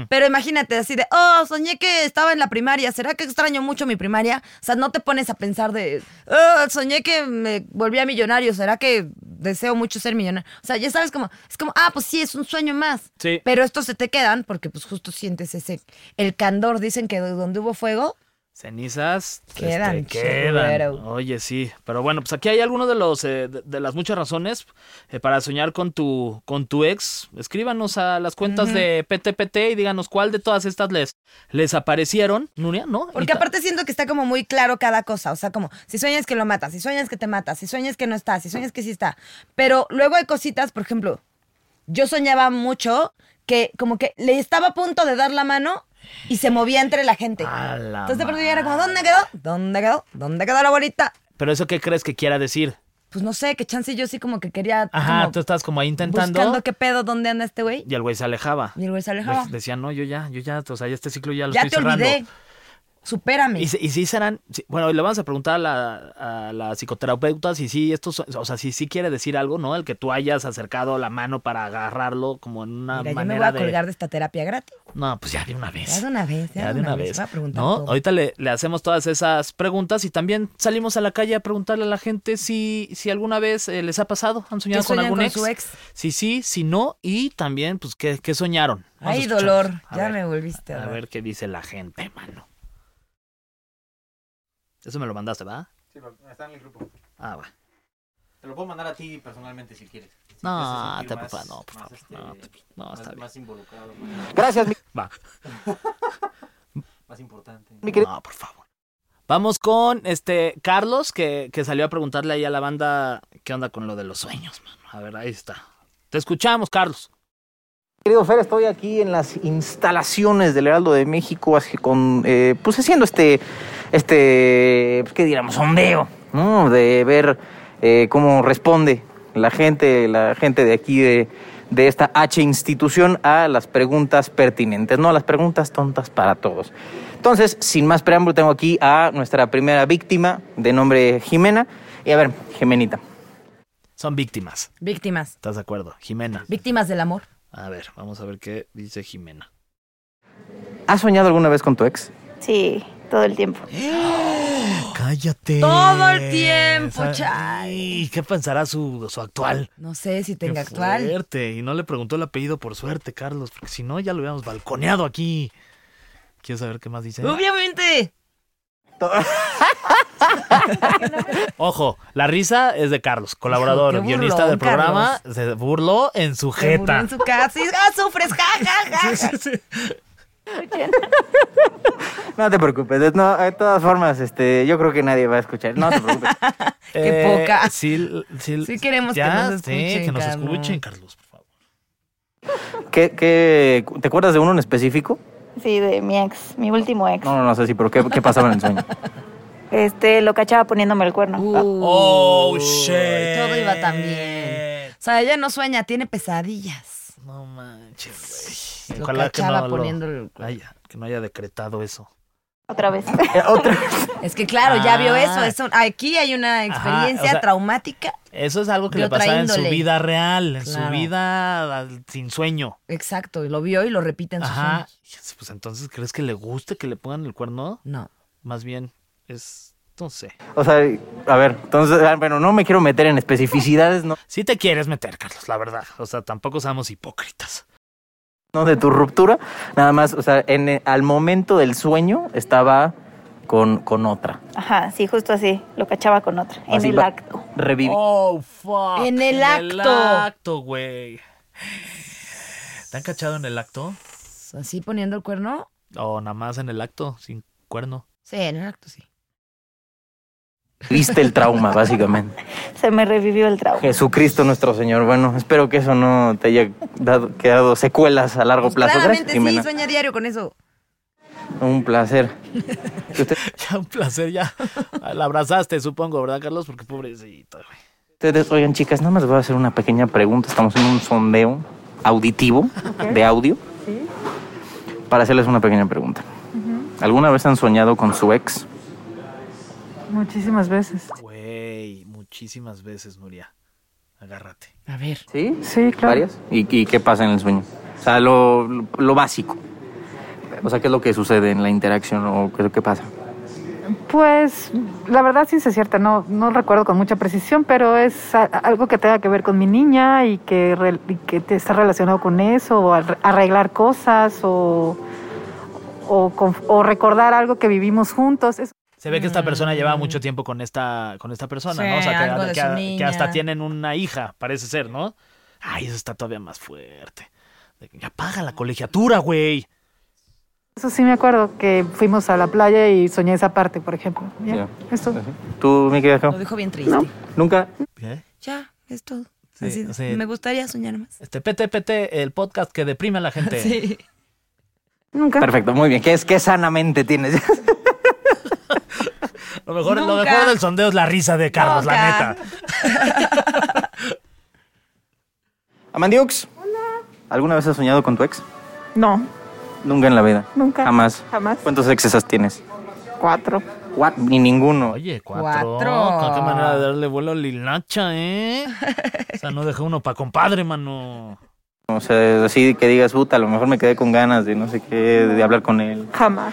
Speaker 3: Pero imagínate así de, oh, soñé que estaba en la primaria, ¿será que extraño mucho mi primaria? O sea, no te pones a pensar de, oh, soñé que me volvía millonario, ¿será que deseo mucho ser millonario? O sea, ya sabes como, es como, ah, pues sí, es un sueño más.
Speaker 2: Sí.
Speaker 3: Pero estos se te quedan porque pues justo sientes ese, el candor, dicen que donde hubo fuego,
Speaker 2: Cenizas
Speaker 3: Quedan,
Speaker 2: este, quedan.
Speaker 3: seguro.
Speaker 2: Oye, sí. Pero bueno, pues aquí hay algunos de los eh, de, de las muchas razones eh, para soñar con tu con tu ex. Escríbanos a las cuentas de PTPT y díganos cuál de todas estas les les aparecieron. Nuria, ¿no? Y
Speaker 3: Porque
Speaker 2: ta-
Speaker 3: aparte siento que está como muy claro cada cosa. O sea, como si sueñas que lo matas, si sueñas que te matas, si sueñas que no estás, si sueñas que sí está. Pero luego hay cositas, por ejemplo, yo soñaba mucho que como que le estaba a punto de dar la mano y se movía entre la gente.
Speaker 2: A la
Speaker 3: Entonces de pronto yo era como, ¿dónde quedó? ¿Dónde quedó? ¿Dónde quedó la bolita?
Speaker 2: Pero eso qué crees que quiera decir?
Speaker 3: Pues no sé, que chance yo sí como que quería.
Speaker 2: Ajá,
Speaker 3: como
Speaker 2: tú estás como ahí intentando
Speaker 3: Buscando qué pedo, dónde anda este güey.
Speaker 2: y el güey se alejaba.
Speaker 3: Y el güey se alejaba.
Speaker 2: De- Decía, "No, yo ya, yo ya, o sea, ya este ciclo ya lo
Speaker 3: Ya te
Speaker 2: estoy cerrando."
Speaker 3: olvidé. Supérame.
Speaker 2: Y, si- y sí serán, sí, bueno, le vamos a preguntar a la, a la psicoterapeuta si sí, esto, so- o sea, si sí quiere decir algo, ¿no? El que tú hayas acercado la mano para agarrarlo como en una
Speaker 3: Mira, yo me voy
Speaker 2: manera
Speaker 3: a colgar de esta terapia gratis.
Speaker 2: de... No, pues ya de una vez.
Speaker 3: Ya de una vez, ya, de una vez. Voy a preguntar
Speaker 2: ¿No?
Speaker 3: todo.
Speaker 2: Ahorita le, le hacemos todas esas preguntas y también salimos a la calle a preguntarle a la gente si, si alguna vez eh, les ha pasado, han soñado
Speaker 3: ¿Que
Speaker 2: con
Speaker 3: sueñan
Speaker 2: algún
Speaker 3: con
Speaker 2: ex?
Speaker 3: su ex?
Speaker 2: Si sí, si no, y también, pues, ¿qué, qué soñaron? Vamos a
Speaker 3: Ay,
Speaker 2: escucharlos.
Speaker 3: dolor.
Speaker 2: A
Speaker 3: Ya
Speaker 2: ver.
Speaker 3: me volviste a,
Speaker 2: A
Speaker 3: dar.
Speaker 2: ver qué dice la gente, mano. Eso me lo mandaste, ¿va?
Speaker 5: Sí, pero está en el grupo.
Speaker 2: Ah, va.
Speaker 5: Te lo puedo mandar a ti personalmente si quieres. Si te hace
Speaker 2: No,
Speaker 5: sentir
Speaker 2: te
Speaker 5: más-
Speaker 2: papá, no, por
Speaker 5: más,
Speaker 2: favor.
Speaker 5: este,
Speaker 2: no, te- no,
Speaker 5: más-
Speaker 2: está bien.
Speaker 5: Más involucrado, más,
Speaker 4: Gracias, mi,
Speaker 2: Va.
Speaker 5: más importante.
Speaker 4: mi querido.
Speaker 2: No, por favor. Vamos con este Carlos, que, que salió a preguntarle ahí a la banda qué onda con lo de los sueños, mano. A ver, ahí está. Te escuchamos, Carlos.
Speaker 4: Querido Fer, estoy aquí en las instalaciones del Heraldo de México así con, eh, pues haciendo este, este, pues, ¿qué diríamos? Sondeo, ¿no? De ver eh, cómo responde la gente, la gente de aquí de, de esta H institución a las preguntas pertinentes, no a las preguntas tontas para todos. Entonces, sin más preámbulo, tengo aquí a nuestra primera víctima de nombre Jimena. Y a ver, Jimenita.
Speaker 2: Son víctimas.
Speaker 3: Víctimas.
Speaker 2: ¿Estás de acuerdo? Jimena.
Speaker 3: Víctimas del amor.
Speaker 2: A ver, vamos a ver qué dice Jimena.
Speaker 4: ¿Has soñado alguna vez con tu ex?
Speaker 6: Sí, todo el tiempo.
Speaker 2: Cállate.
Speaker 3: Todo el tiempo,
Speaker 2: Ay,
Speaker 3: chay.
Speaker 2: ¿Qué pensará su, su actual?
Speaker 3: No sé si tenga
Speaker 2: Qué
Speaker 3: actual.
Speaker 2: fuerte. Y no le preguntó el apellido por suerte, Carlos, porque si no ya lo hubiéramos balconeado aquí. ¿Quieres saber qué más dice?
Speaker 3: Obviamente.
Speaker 2: Ojo, la risa es de Carlos, colaborador,
Speaker 3: Hijo, qué
Speaker 2: guionista del
Speaker 3: burlón,
Speaker 2: programa. Se burló en su
Speaker 3: Se murió
Speaker 2: jeta.
Speaker 3: en su casa. y, ah, sufres. Ja, ja, ja.
Speaker 2: Sí, sí, sí.
Speaker 4: No te preocupes, no, de todas formas, este, yo creo que nadie va a escuchar. No te preocupes.
Speaker 3: Qué
Speaker 2: Eh,
Speaker 3: poca.
Speaker 2: Sí, sí,
Speaker 3: Sí queremos que nos
Speaker 2: sí,
Speaker 3: escuchen,
Speaker 2: que nos
Speaker 3: Carlos.
Speaker 2: escuchen, Carlos, por favor.
Speaker 4: ¿Qué, qué, te acuerdas de uno en específico?
Speaker 6: Sí, de mi ex, mi último ex.
Speaker 4: No, no, no sé si, pero ¿qué, qué pasaba en el sueño?
Speaker 6: Este, lo cachaba poniéndome el cuerno.
Speaker 3: Uh.
Speaker 2: Oh,
Speaker 3: Y
Speaker 2: shit.
Speaker 3: Todo iba tan bien. O sea, ella no sueña, tiene pesadillas.
Speaker 2: No manches, güey.
Speaker 3: Lo
Speaker 2: Ojalá que
Speaker 3: cachaba
Speaker 2: no, lo-
Speaker 3: poniendo el-
Speaker 2: haya- que no haya decretado eso.
Speaker 6: Otra vez.
Speaker 4: Eh, Otra.
Speaker 3: Es que claro, ya vio
Speaker 2: Ah.
Speaker 3: eso. eso- aquí hay una experiencia
Speaker 2: o sea-
Speaker 3: traumática.
Speaker 2: Eso es algo que
Speaker 3: De
Speaker 2: le
Speaker 3: otra
Speaker 2: pasaba en su
Speaker 3: índole.
Speaker 2: vida real, en su
Speaker 3: Claro.
Speaker 2: vida al- sin sueño.
Speaker 3: Exacto, y lo vio y lo repite en sus
Speaker 2: Ajá.
Speaker 3: sueños.
Speaker 2: Pues entonces, ¿crees que le guste que le pongan el cuerno?
Speaker 3: No.
Speaker 2: Más bien, es. No sé.
Speaker 4: O sea, a ver, entonces, ah, bueno, no me quiero meter en especificidades, no,
Speaker 2: Si te quieres meter, Carlos, la verdad. O sea, tampoco seamos hipócritas.
Speaker 4: no de tu ruptura, nada más, o sea, en, eh, al momento del sueño estaba con, con otra.
Speaker 6: Ajá, sí, justo así. Lo cachaba con otra. En
Speaker 4: Así
Speaker 6: el
Speaker 4: va-
Speaker 6: acto.
Speaker 4: Revivi-
Speaker 2: Oh, fuck.
Speaker 3: En el
Speaker 2: En el
Speaker 3: acto.
Speaker 2: acto, güey. ¿Te han cachado en el acto?
Speaker 3: pues, ¿Así poniendo el cuerno?
Speaker 2: O nada más en el acto, sin cuerno.
Speaker 3: Sí, en el acto sí.
Speaker 4: Viste el trauma, básicamente.
Speaker 6: Se me revivió el trauma.
Speaker 4: Jesucristo nuestro Señor. Bueno, espero que eso no te haya dado, quedado secuelas a largo
Speaker 3: Pues
Speaker 4: plazo.
Speaker 3: claramente
Speaker 4: Gracias, Jimena.
Speaker 3: sí, sueña diario con eso.
Speaker 4: Un placer. Que usted-
Speaker 2: Ya un placer, ya. La abrazaste, supongo, ¿verdad, Carlos? Porque pobrecito, güey.
Speaker 4: Ustedes, oigan, chicas, nada más les voy a hacer una pequeña pregunta. Estamos en un sondeo auditivo de audio. Para hacerles una pequeña pregunta. ¿Alguna vez han soñado con su ex?
Speaker 7: Muchísimas veces.
Speaker 2: Güey, muchísimas veces, Nuria. Agárrate.
Speaker 3: A ver.
Speaker 4: Sí,
Speaker 7: Sí, claro.
Speaker 4: varias. ¿Y, y qué pasa en el sueño? O sea, lo, lo- lo básico. O sea, ¿qué es lo que sucede en la interacción o qué es lo que pasa?
Speaker 7: Pues la verdad sí se cierta, no, no recuerdo con mucha precisión, pero es a- algo que tenga que ver con mi niña y que, re- y que te- está relacionado con eso, o ar- arreglar cosas o, o, con- o recordar algo que vivimos juntos. Es-
Speaker 2: Se ve que esta persona lleva mucho tiempo con esta, con esta persona,
Speaker 3: Mm. Sí,
Speaker 2: ¿no? O sea, que,
Speaker 3: algo de
Speaker 2: que-
Speaker 3: su
Speaker 2: que
Speaker 3: niña.
Speaker 2: hasta tienen una hija, parece ser, ¿no? Ay, eso está todavía más fuerte. De que Ya paga la colegiatura, güey.
Speaker 7: eso sí me acuerdo que fuimos a la playa y soñé esa parte, por ejemplo. Ya,
Speaker 4: Ya.
Speaker 7: eso.
Speaker 4: ¿Tú, mi querida Jo?
Speaker 3: Lo dijo bien triste.
Speaker 4: ¿Nunca?
Speaker 2: ¿Eh?
Speaker 3: Ya, es todo.
Speaker 2: Sí,
Speaker 3: Así de-
Speaker 2: o sea-
Speaker 3: me gustaría soñar más.
Speaker 2: Este PTPT, el podcast que deprime a la gente.
Speaker 3: Sí.
Speaker 7: Nunca.
Speaker 4: Perfecto, muy bien. ¿Qué, es, qué sanamente tienes?
Speaker 2: Lo, mejor, lo
Speaker 3: Nunca.
Speaker 2: mejor del sondeo es la risa de Carlos,
Speaker 3: Nunca.
Speaker 2: la neta.
Speaker 4: Amandiux. ¿Alguna vez has soñado con tu ex?
Speaker 7: No,
Speaker 4: Nunca en la vida.
Speaker 7: Nunca.
Speaker 4: Jamás.
Speaker 7: Jamás.
Speaker 4: ¿Cuántos exesas tienes?
Speaker 7: cuatro.
Speaker 4: What? Ni ninguno.
Speaker 2: Oye, cuatro.
Speaker 3: Cuatro.
Speaker 2: ¿Con qué manera de darle vuelo a Lilacha, eh? O sea, no dejó uno para compadre, mano.
Speaker 4: O sea, así que digas, puta, a lo mejor me quedé con ganas de no sé qué, de hablar con él.
Speaker 7: Jamás.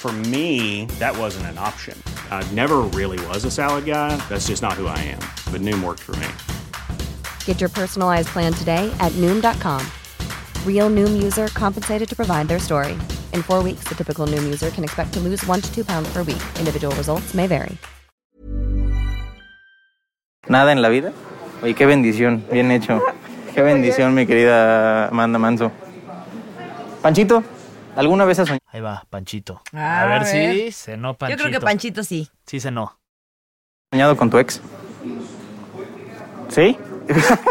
Speaker 8: For me, that wasn't an option. I never really was a salad guy. That's just not who I am. But Noom worked for me.
Speaker 9: Get your personalized plan today at Noom.com. Real Noom user compensated to provide their story. In four weeks, the typical Noom user can expect to lose one to two pounds per week. Individual results may vary.
Speaker 4: Nada en la vida. Oye, qué bendición, bien hecho. Qué bendición, mi querida Amanda Manso. Panchito, ¿alguna vez has soñado?
Speaker 2: Ahí va, Panchito.
Speaker 3: Ah,
Speaker 2: a ver
Speaker 3: a ver.
Speaker 2: si cenó Panchito.
Speaker 3: Yo creo que Panchito sí.
Speaker 2: Sí cenó.
Speaker 4: soñado con tu ex? ¿Sí?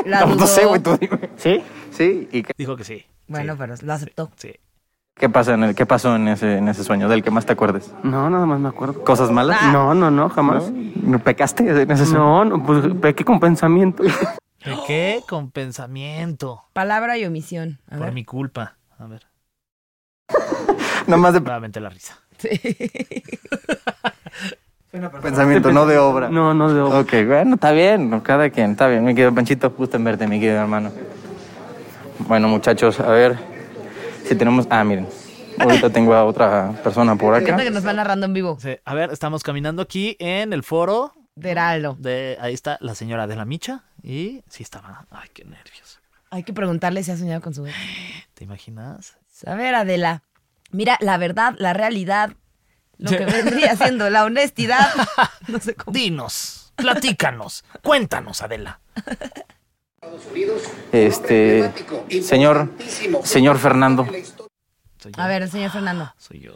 Speaker 3: La
Speaker 4: no
Speaker 3: dudó.
Speaker 4: sé, güey, tú dime. ¿Sí? Sí. ¿Y qué,
Speaker 2: Dijo que sí.
Speaker 3: Bueno, pero lo aceptó.
Speaker 2: Sí.
Speaker 4: qué pasa en el, qué pasó en ese, en ese sueño? ¿Del que más te acuerdes?
Speaker 8: No, nada más me acuerdo.
Speaker 4: ¿Cosas malas?
Speaker 8: No, no, no, jamás.
Speaker 4: ¿No pecaste en ese sueño?
Speaker 8: No, no, pues pequé con pensamiento.
Speaker 2: ¿De qué? Con pensamiento.
Speaker 3: Palabra y omisión. A
Speaker 2: Por
Speaker 3: ver.
Speaker 2: mi culpa. A ver,
Speaker 4: Nada más de
Speaker 2: nuevamente la risa.
Speaker 4: pensamiento, no de obra.
Speaker 8: No, no, de
Speaker 4: Ok, bueno, está bien, cada quien, está bien. Mi querido Panchito, gusto en verte, mi querido hermano. Bueno, muchachos, a ver si tenemos... Ah, miren, ahorita tengo a otra persona por
Speaker 3: Me
Speaker 4: acá.
Speaker 3: encanta que nos va narrando en vivo.
Speaker 2: Sí, A ver, estamos caminando aquí en el foro
Speaker 3: De Heraldo.
Speaker 2: de... Ahí está la señora de la micha. Y sí estaba... Ay, qué nervios.
Speaker 3: Hay que preguntarle si ha soñado con su ex.
Speaker 2: ¿Te imaginas?
Speaker 3: A ver, Adela. Mira, la verdad, la realidad, lo que vendría siendo la honestidad. No sé cómo.
Speaker 2: Dinos, platícanos, cuéntanos, Adela.
Speaker 4: Este, señor, señor Fernando.
Speaker 2: Soy yo.
Speaker 3: A ver, el señor Fernando.
Speaker 2: Soy yo.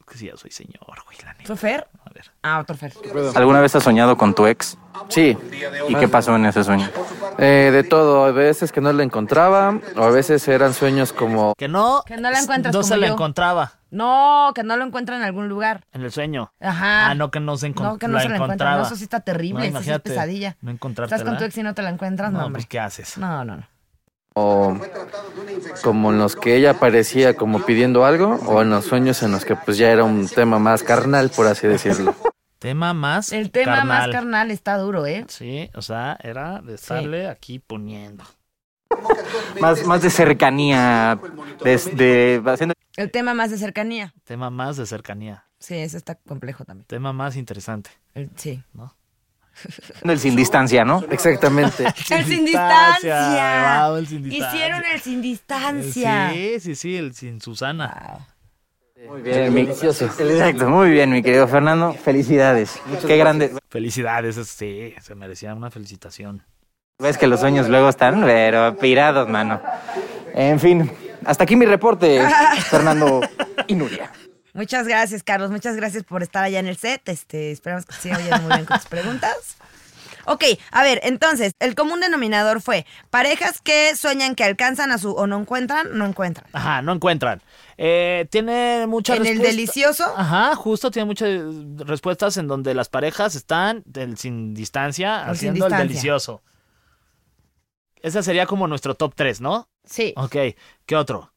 Speaker 2: Es que sí, ya soy señor, güey, la neta.
Speaker 3: ¿Otro Fer?
Speaker 2: A ver.
Speaker 3: Ah, otro Fer.
Speaker 4: ¿Alguna vez has soñado con tu ex?
Speaker 8: Sí.
Speaker 4: ¿Y qué pasó en ese sueño?
Speaker 10: Eh, de todo, a veces que no la encontraba, o a veces eran sueños como...
Speaker 2: Que no,
Speaker 3: Que no la encuentras
Speaker 2: no
Speaker 3: como
Speaker 2: se la
Speaker 3: yo.
Speaker 2: encontraba
Speaker 3: No, que no lo encuentra en algún lugar.
Speaker 2: en el sueño.
Speaker 3: Ajá.
Speaker 2: Ah, no que no se encon-
Speaker 3: No, que no
Speaker 2: la
Speaker 3: se la encuentra.
Speaker 2: encontraba.
Speaker 3: No, eso sí está terrible.
Speaker 2: No,
Speaker 3: eso sí es
Speaker 2: imagínate,
Speaker 3: pesadilla.
Speaker 2: No encontrarte.
Speaker 3: Estás con tu ex y no te la encuentras, no,
Speaker 10: No,
Speaker 3: hombre.
Speaker 10: pues,
Speaker 2: ¿qué haces?
Speaker 3: No, no, no.
Speaker 10: o como en los que ella aparecía como pidiendo algo, o en los sueños en los que pues ya era un tema más carnal, por así decirlo.
Speaker 2: Tema más.
Speaker 3: El tema más
Speaker 2: carnal.
Speaker 3: carnal está duro, ¿eh?
Speaker 2: Sí, o sea, era de estarle aquí poniendo.
Speaker 4: Más, más de cercanía, desde... haciendo...
Speaker 3: El tema más de cercanía.
Speaker 2: Tema más de cercanía.
Speaker 3: Sí, ese está complejo también.
Speaker 2: Tema más interesante.
Speaker 3: Sí.
Speaker 2: ¿No?
Speaker 4: El sin distancia, ¿no?
Speaker 10: Exactamente.
Speaker 3: El sin distancia.
Speaker 2: Wow, el sin distancia.
Speaker 3: Hicieron el sin
Speaker 2: Eh,
Speaker 3: distancia.
Speaker 2: Sí, sí, sí, el sin Susana.
Speaker 10: Muy
Speaker 4: mi- Exacto, muy bien, mi querido Fernando. Felicidades. Qué grande.
Speaker 2: Felicidades, es- sí, se merecía una felicitación.
Speaker 4: Ves que los sueños luego están, pero pirados, mano. En fin, hasta aquí mi reporte, Fernando y Nuria.
Speaker 3: Muchas gracias, Carlos. Muchas gracias por estar allá en el set. Este, esperamos que se oyen muy bien con tus preguntas. Ok, a ver, entonces, el común denominador fue parejas que sueñan que alcanzan a su o no encuentran, no encuentran.
Speaker 2: Ajá, no encuentran. Eh, tiene muchas
Speaker 3: En el
Speaker 2: respuestas-
Speaker 3: delicioso.
Speaker 2: Ajá, justo tiene muchas eh, respuestas en donde las parejas están del sin distancia
Speaker 3: El sin
Speaker 2: haciendo
Speaker 3: distancia.
Speaker 2: el delicioso. Ese sería como nuestro top 3, ¿no?
Speaker 3: Sí.
Speaker 2: Ok, ¿qué otro?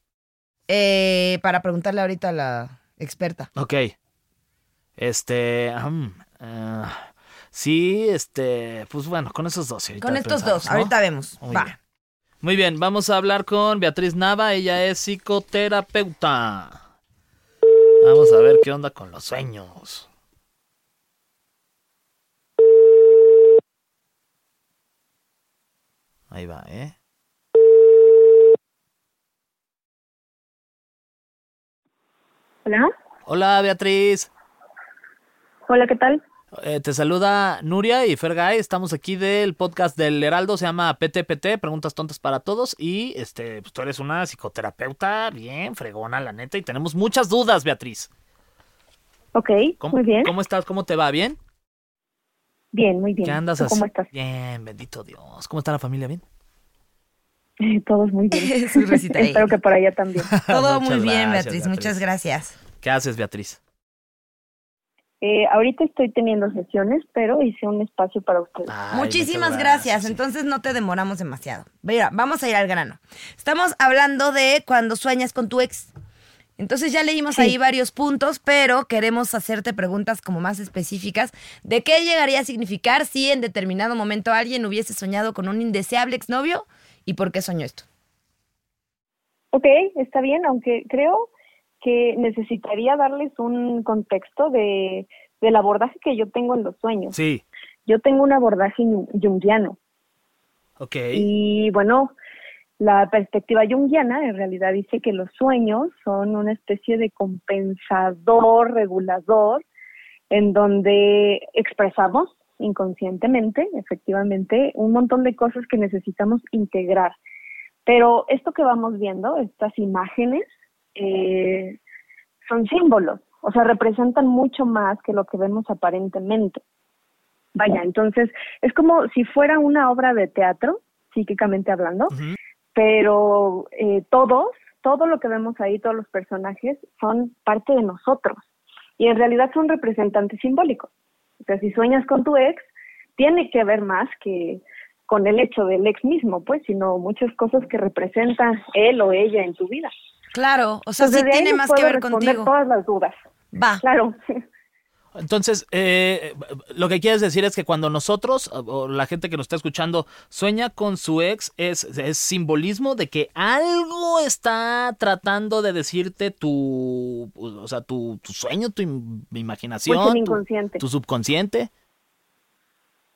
Speaker 3: Eh, para preguntarle ahorita a la experta.
Speaker 2: Ok. Este. um, eh, sí, este. Pues bueno, con esos dos. ahorita
Speaker 3: Con estos
Speaker 2: pensamos,
Speaker 3: dos,
Speaker 2: ¿no?
Speaker 3: ahorita vemos.
Speaker 2: Muy
Speaker 3: Va.
Speaker 2: bien. Muy bien, vamos a hablar con Beatriz Nava. Ella es psicoterapeuta. Vamos a ver qué onda con los sueños. Ahí va, ¿eh?
Speaker 6: Hola.
Speaker 2: Hola, Beatriz.
Speaker 6: Hola, ¿qué tal?
Speaker 2: Eh, te saluda Nuria y Fergay. Estamos aquí del podcast del Heraldo. Se llama PTPT, Preguntas Tontas para Todos. Y este, pues tú eres una psicoterapeuta bien fregona, la neta. Y tenemos muchas dudas, Beatriz.
Speaker 6: Ok,
Speaker 2: ¿Cómo,
Speaker 6: muy bien.
Speaker 2: ¿Cómo estás? ¿Cómo te va? ¿Bien?
Speaker 6: Bien, muy bien.
Speaker 2: ¿Qué andas
Speaker 6: ¿Tú
Speaker 2: haciendo?
Speaker 6: ¿Cómo estás?
Speaker 2: Bien, bendito Dios. ¿Cómo está la familia? ¿Bien?
Speaker 6: Todos muy bien.
Speaker 3: Su recita ahí.
Speaker 6: Espero que por allá también.
Speaker 3: Todo
Speaker 2: Muchas
Speaker 3: muy bien,
Speaker 2: gracias,
Speaker 3: Beatriz.
Speaker 2: Beatriz.
Speaker 3: Muchas gracias.
Speaker 2: ¿Qué haces, Beatriz?
Speaker 6: Eh, ahorita estoy teniendo sesiones, pero hice un espacio para
Speaker 2: Ah,
Speaker 6: ustedes.
Speaker 3: Muchísimas gracias. Entonces no te demoramos demasiado. Mira, vamos a ir al grano. Estamos hablando de cuando sueñas con tu ex. Entonces ya leímos
Speaker 6: Sí.
Speaker 3: ahí varios puntos, pero queremos hacerte preguntas como más específicas de qué llegaría a significar si en determinado momento alguien hubiese soñado con un indeseable exnovio y por qué soñó esto.
Speaker 6: Ok, está bien, aunque creo que necesitaría darles un contexto de, del abordaje que yo tengo en los sueños.
Speaker 2: Sí.
Speaker 6: Yo tengo un abordaje jung- junguiano.
Speaker 2: Ok.
Speaker 6: Y bueno, la perspectiva junguiana en realidad dice que los sueños son una especie de compensador, regulador, en donde Eh, expresamos inconscientemente, efectivamente, un montón de cosas que necesitamos integrar. Pero esto que vamos viendo, estas imágenes, eh, son símbolos, o sea, representan mucho más que lo que vemos aparentemente. Vaya, entonces es como si fuera una obra de teatro, psíquicamente hablando, pero eh, todos, todo lo que vemos ahí, todos los personajes, son parte de nosotros y en realidad son representantes simbólicos. O sea, si sueñas con tu ex, tiene que ver más que con el hecho del ex mismo, pues, sino muchas cosas que representan él o ella en tu vida.
Speaker 3: Claro, o sea,
Speaker 6: Entonces,
Speaker 3: sí
Speaker 6: de Pues ahí
Speaker 3: tiene
Speaker 6: les
Speaker 3: más que
Speaker 6: puedo
Speaker 3: ver
Speaker 6: responder
Speaker 3: contigo.
Speaker 6: todas las dudas.
Speaker 3: Va.
Speaker 6: Claro.
Speaker 2: Entonces, eh, lo que quieres decir es que cuando nosotros, o la gente que nos está escuchando, sueña con su ex, es, es simbolismo de que algo está tratando de decirte tu, o sea, tu, tu sueño, tu im- imaginación,
Speaker 6: Pues el
Speaker 2: tu-
Speaker 6: inconsciente.
Speaker 2: Tu, subconsciente.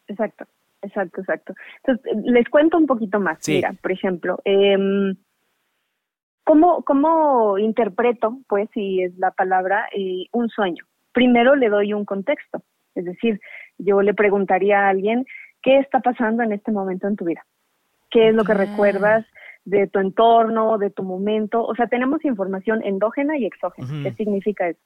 Speaker 6: Exacto, exacto, exacto. Entonces, eh, les cuento un poquito más.
Speaker 2: Sí.
Speaker 6: Mira, por ejemplo, em, ¿cómo, ¿cómo interpreto, pues, si es la palabra, eh, un sueño? Primero le doy un contexto, es decir, yo le preguntaría a alguien, ¿qué está pasando en este momento en tu vida? ¿Qué es lo que recuerdas de tu entorno, de tu momento? O sea, tenemos información endógena y exógena.
Speaker 11: Ujú.
Speaker 6: ¿Qué significa eso?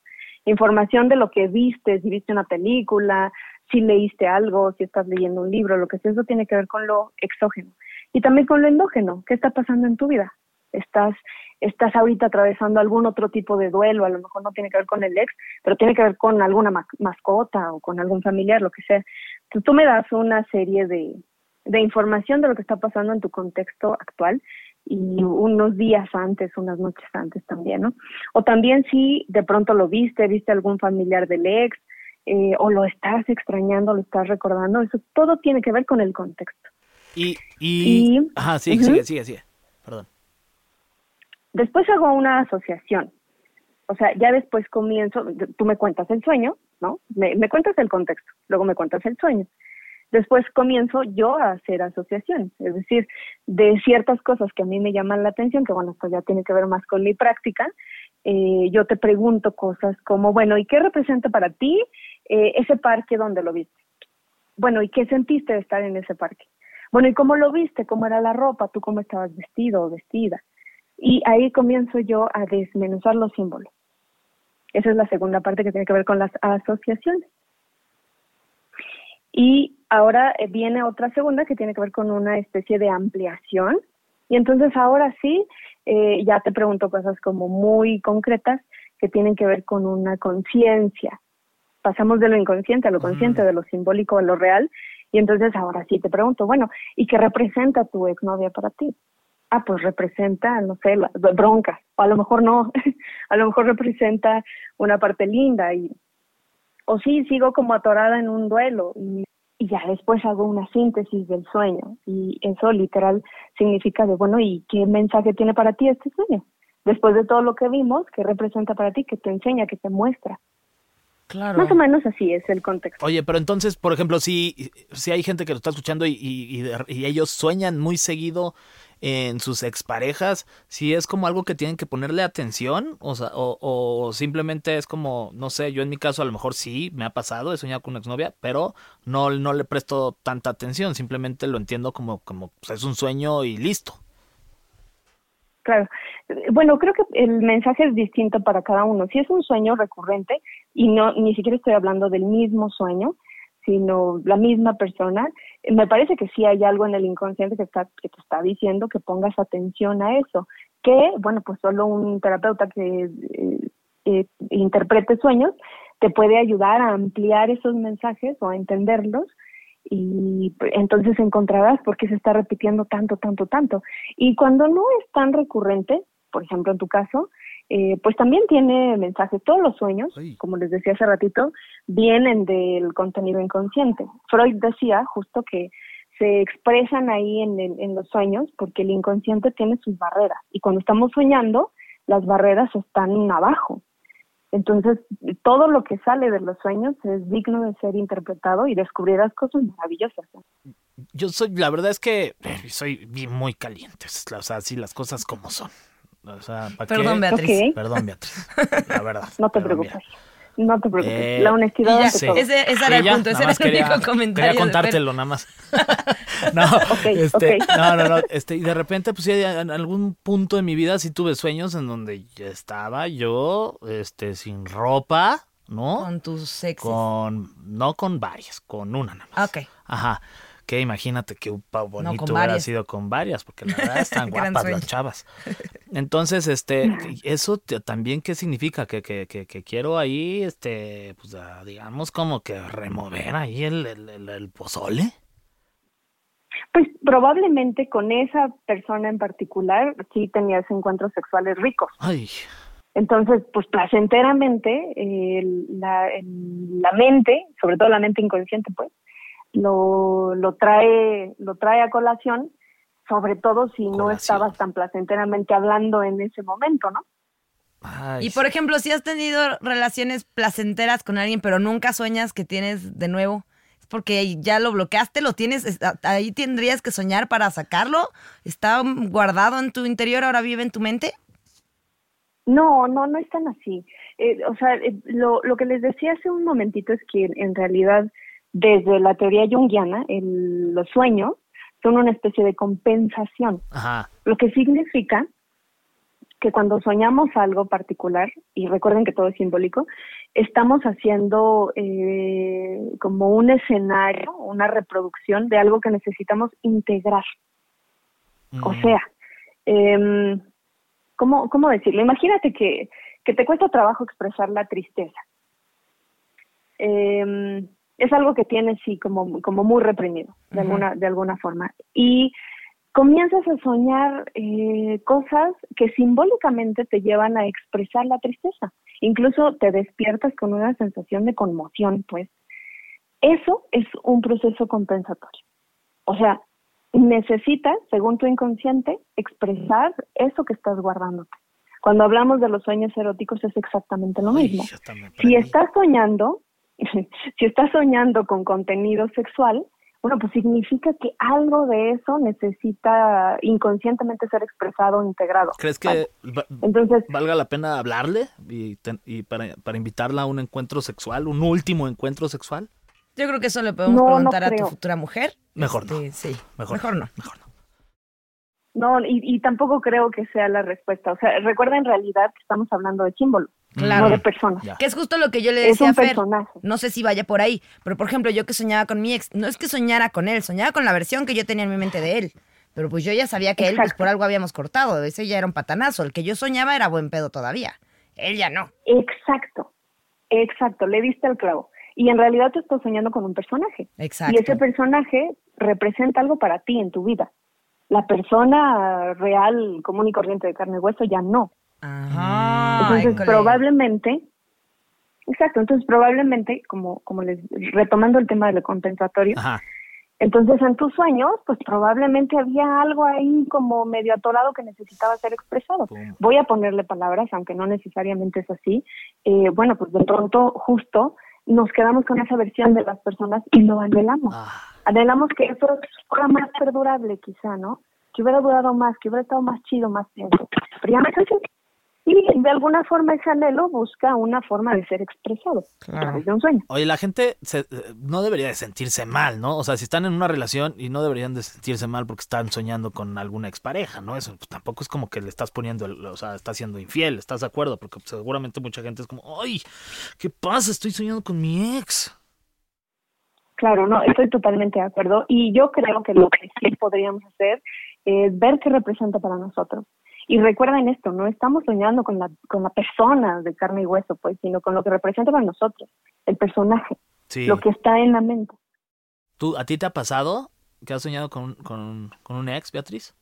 Speaker 6: Información de lo que viste, si viste una película, si leíste algo, si estás leyendo un libro, lo que sea, eso tiene que ver con lo exógeno. Y también con lo endógeno, ¿qué está pasando en tu vida? Estás estás ahorita atravesando algún otro tipo de duelo, a lo mejor no tiene que ver con el ex, pero tiene que ver con alguna ma mascota o con algún familiar, lo que sea. Entonces tú me das una serie de, de información de lo que está pasando en tu contexto actual y unos días antes, unas noches antes también, ¿no? O también si de pronto lo viste, viste algún familiar del ex, eh, o lo estás extrañando, lo estás recordando, eso todo tiene que ver con el contexto.
Speaker 2: Y, y, y ajá, sí, uh -huh. sigue, sigue, sigue, perdón.
Speaker 6: Después hago una asociación, o sea, ya después comienzo, tú me cuentas el sueño, ¿no? Me, me cuentas el contexto, luego me cuentas el sueño después comienzo yo a hacer asociaciones, es decir, de ciertas cosas que a mí me llaman la atención, que bueno, esto ya tiene que ver más con mi práctica, eh, yo te pregunto cosas como, bueno, ¿y qué representa para ti eh, ese parque donde lo viste? Bueno, ¿y qué sentiste de estar en ese parque? Bueno, ¿y cómo lo viste? ¿Cómo era la ropa? ¿Tú cómo estabas vestido o vestida? Y ahí comienzo yo a desmenuzar los símbolos. Esa es la segunda parte que tiene que ver con las asociaciones. Y ahora eh, viene otra segunda que tiene que ver con una especie de ampliación. Y entonces ahora sí, eh, ya te pregunto cosas como muy concretas que tienen que ver con una conciencia. Pasamos de lo inconsciente a lo consciente, de lo simbólico a lo real. Y entonces ahora sí te pregunto, bueno, ¿y qué representa tu exnovia para ti? ah, pues representa, no sé, la, la bronca. O a lo mejor no, a lo mejor representa una parte linda y o sí sigo como atorada en un duelo y, y, ya después hago una síntesis del sueño y eso literal significa de bueno y qué mensaje tiene para ti este sueño después de todo lo que vimos qué representa para ti qué te enseña qué te muestra
Speaker 2: Claro.
Speaker 6: Más o menos así es el contexto.
Speaker 2: Oye, pero entonces, por ejemplo, si, si hay gente que lo está escuchando y, y, y ellos sueñan muy seguido en sus exparejas, si es como algo que tienen que ponerle atención, o, sea, o, o, simplemente es como, no sé, yo en mi caso a lo mejor sí me ha pasado, he soñado con una exnovia, pero no, no le presto tanta atención, simplemente lo entiendo como, como pues, es un sueño y listo.
Speaker 6: Claro. Bueno, creo que el mensaje es distinto para cada uno. Si es un sueño recurrente, y no ni siquiera estoy hablando del mismo sueño, sino la misma persona, eh, me parece que sí hay algo en el inconsciente que, está, que te está diciendo que pongas atención a eso. Que, bueno, pues solo un terapeuta que eh, eh, interprete sueños te puede ayudar a ampliar esos mensajes o a entenderlos y entonces encontrarás por qué se está repitiendo tanto, tanto, tanto. Y cuando no es tan recurrente, por ejemplo en tu caso, eh, pues también tiene mensajes. Todos los sueños, como les decía hace ratito, vienen del contenido inconsciente. Freud decía justo que se expresan ahí en, el, en los sueños porque el inconsciente tiene sus barreras y cuando estamos soñando, las barreras están abajo. Entonces, todo lo que sale de los sueños es digno de ser interpretado y descubrirás cosas maravillosas.
Speaker 2: Yo soy, la verdad es que eh, soy muy caliente, o sea, sí, las cosas como son. O sea, ¿para
Speaker 3: Perdón,
Speaker 2: qué?
Speaker 3: Beatriz. Okay.
Speaker 2: Perdón, Beatriz. La verdad.
Speaker 6: No te preocupes. Mía. No te preocupes. Eh, la honestidad.
Speaker 3: Ya, sí. ese, ese, era el punto, ese era el
Speaker 2: quería,
Speaker 3: único comentario.
Speaker 2: Quería contártelo, nada más. no, okay, este, okay. no, no, no. Este, y de repente, pues sí, en algún punto de mi vida sí tuve sueños en donde estaba yo este, sin ropa, ¿no?
Speaker 3: Con tus exes.
Speaker 2: Con, no con varias, con una nada más.
Speaker 3: Ok.
Speaker 2: Ajá que imagínate qué bonito no, hubiera sido con varias, porque la verdad están guapas sueño. las chavas. Entonces, este, eso te, también qué significa, que, que, que, que, quiero ahí, este, pues a, digamos como que remover ahí el, el, el, el, pozole.
Speaker 6: Pues probablemente con esa persona en particular sí tenías encuentros sexuales ricos.
Speaker 2: Ay.
Speaker 6: Entonces, pues placenteramente eh, la, la mente, sobre todo la mente inconsciente, pues, lo, lo trae lo trae a colación sobre todo si colación. no estabas tan placenteramente hablando en ese momento no
Speaker 3: Ay, y por ejemplo si has tenido relaciones placenteras con alguien pero nunca sueñas que tienes de nuevo es porque ya lo bloqueaste lo tienes ahí tendrías que soñar para sacarlo está guardado en tu interior ahora vive en tu mente
Speaker 6: no, no, no es tan así. Eh, o sea, eh, lo, lo que les decía hace un momentito es que en realidad desde la teoría junguiana, el, los sueños son una especie de compensación.
Speaker 2: Ajá.
Speaker 6: Lo que significa que cuando soñamos algo particular, y recuerden que todo es simbólico, estamos haciendo eh, como un escenario, una reproducción de algo que necesitamos integrar. O sea, em, ¿cómo, ¿cómo decirlo? Imagínate que, que te cuesta trabajo expresar la tristeza. Em, es algo que tienes, sí, como, como muy reprimido, de,
Speaker 11: Ujú.
Speaker 6: alguna, de alguna forma. Y comienzas a soñar eh, cosas que simbólicamente te llevan a expresar la tristeza. Incluso te despiertas con una sensación de conmoción, pues. Eso es un proceso compensatorio. O sea, necesitas, según tu inconsciente, expresar eso que estás guardándote. Cuando hablamos de los sueños eróticos es exactamente lo mismo. Si estás soñando, si estás soñando con contenido sexual, bueno, pues significa que algo de eso necesita inconscientemente ser expresado o integrado.
Speaker 2: ¿Crees que
Speaker 6: Vale.
Speaker 2: va-
Speaker 6: Entonces-
Speaker 2: valga la pena hablarle y, ten- y para, para invitarla a un encuentro sexual, un último encuentro sexual?
Speaker 3: Yo creo que eso le podemos
Speaker 6: No, no
Speaker 3: preguntar a tu
Speaker 6: creo.
Speaker 3: futura mujer.
Speaker 2: Mejor
Speaker 3: no. Sí,
Speaker 2: mejor,
Speaker 3: mejor no.
Speaker 6: No, y, y tampoco creo que sea la respuesta. O sea, recuerda en realidad que estamos hablando de símbolos,
Speaker 3: Claro.
Speaker 6: no de personas.
Speaker 3: Que es justo lo que yo le
Speaker 6: Es
Speaker 3: decía
Speaker 6: un
Speaker 3: a Fer.
Speaker 6: personaje.
Speaker 3: No sé si vaya por ahí, pero por ejemplo, yo que soñaba con mi ex, no es que soñara con él, soñaba con la versión que yo tenía en mi mente de él. Pero pues yo ya sabía que él, pues por algo habíamos cortado. Ese ya era un patanazo. El que yo soñaba era buen pedo todavía. Él ya no.
Speaker 6: Exacto, exacto, le diste el clavo. Y en realidad tú estás soñando con un personaje.
Speaker 3: Exacto.
Speaker 6: Y ese personaje representa algo para ti en tu vida. La persona real, común y corriente de carne y hueso ya no. Entonces
Speaker 3: híjole.
Speaker 6: probablemente, exacto, entonces probablemente, como, como les, retomando el tema del compensatorio, entonces en tus sueños, pues probablemente había algo ahí como medio atorado que necesitaba ser expresado. Voy a ponerle palabras, aunque no necesariamente es así. Eh, bueno, pues de pronto, justo, nos quedamos con esa versión de las personas y lo anhelamos. Anhelamos que eso fuera más perdurable, quizá, ¿no? Que hubiera durado más, que hubiera estado más chido, más tiempo. Pero ya no es así. Y de alguna forma ese anhelo busca una forma de ser expresado.
Speaker 2: Claro.
Speaker 6: a través de un sueño.
Speaker 2: Oye, la gente se- eh, no debería de sentirse mal, ¿no? O sea, si están en una relación y no deberían de sentirse mal porque están soñando con alguna expareja, ¿no? Eso pues, tampoco es como que le estás poniendo, el- o sea, estás siendo infiel, ¿estás de acuerdo? Porque pues, seguramente mucha gente es como, ¡ay! ¿Qué pasa? Estoy soñando con mi ex.
Speaker 6: Claro, no, estoy totalmente de acuerdo. Y yo creo que lo que sí podríamos hacer es ver qué representa para nosotros. Y recuerden esto, no estamos soñando con la, con la persona de carne y hueso, pues, sino con lo que representa para nosotros, el personaje,
Speaker 2: Sí.
Speaker 6: lo que está en la mente.
Speaker 2: ¿Tú, ¿A ti te ha pasado que has soñado con, un- con, con un ex, Beatriz?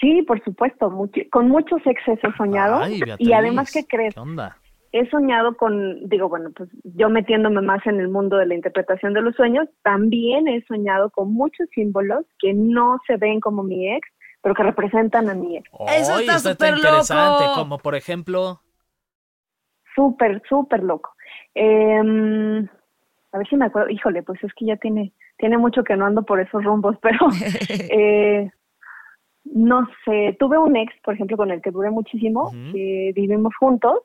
Speaker 6: Sí, por supuesto, mucho- con muchos excesos soñados.
Speaker 2: Ay, Beatriz.
Speaker 6: y además, ¿qué crees?
Speaker 2: ¿Qué onda?
Speaker 6: he soñado con, digo, bueno, pues yo metiéndome más en el mundo de la interpretación de los sueños, también he soñado con muchos símbolos que no se ven como mi ex, pero que representan a mi ex.
Speaker 2: Eso está súper interesante, como por ejemplo...
Speaker 6: Súper, súper loco. Em, a ver si me acuerdo, híjole, pues es que ya tiene, tiene mucho que no ando por esos rumbos, pero eh, no sé, tuve un ex, por ejemplo, con el que duré muchísimo, que vivimos juntos,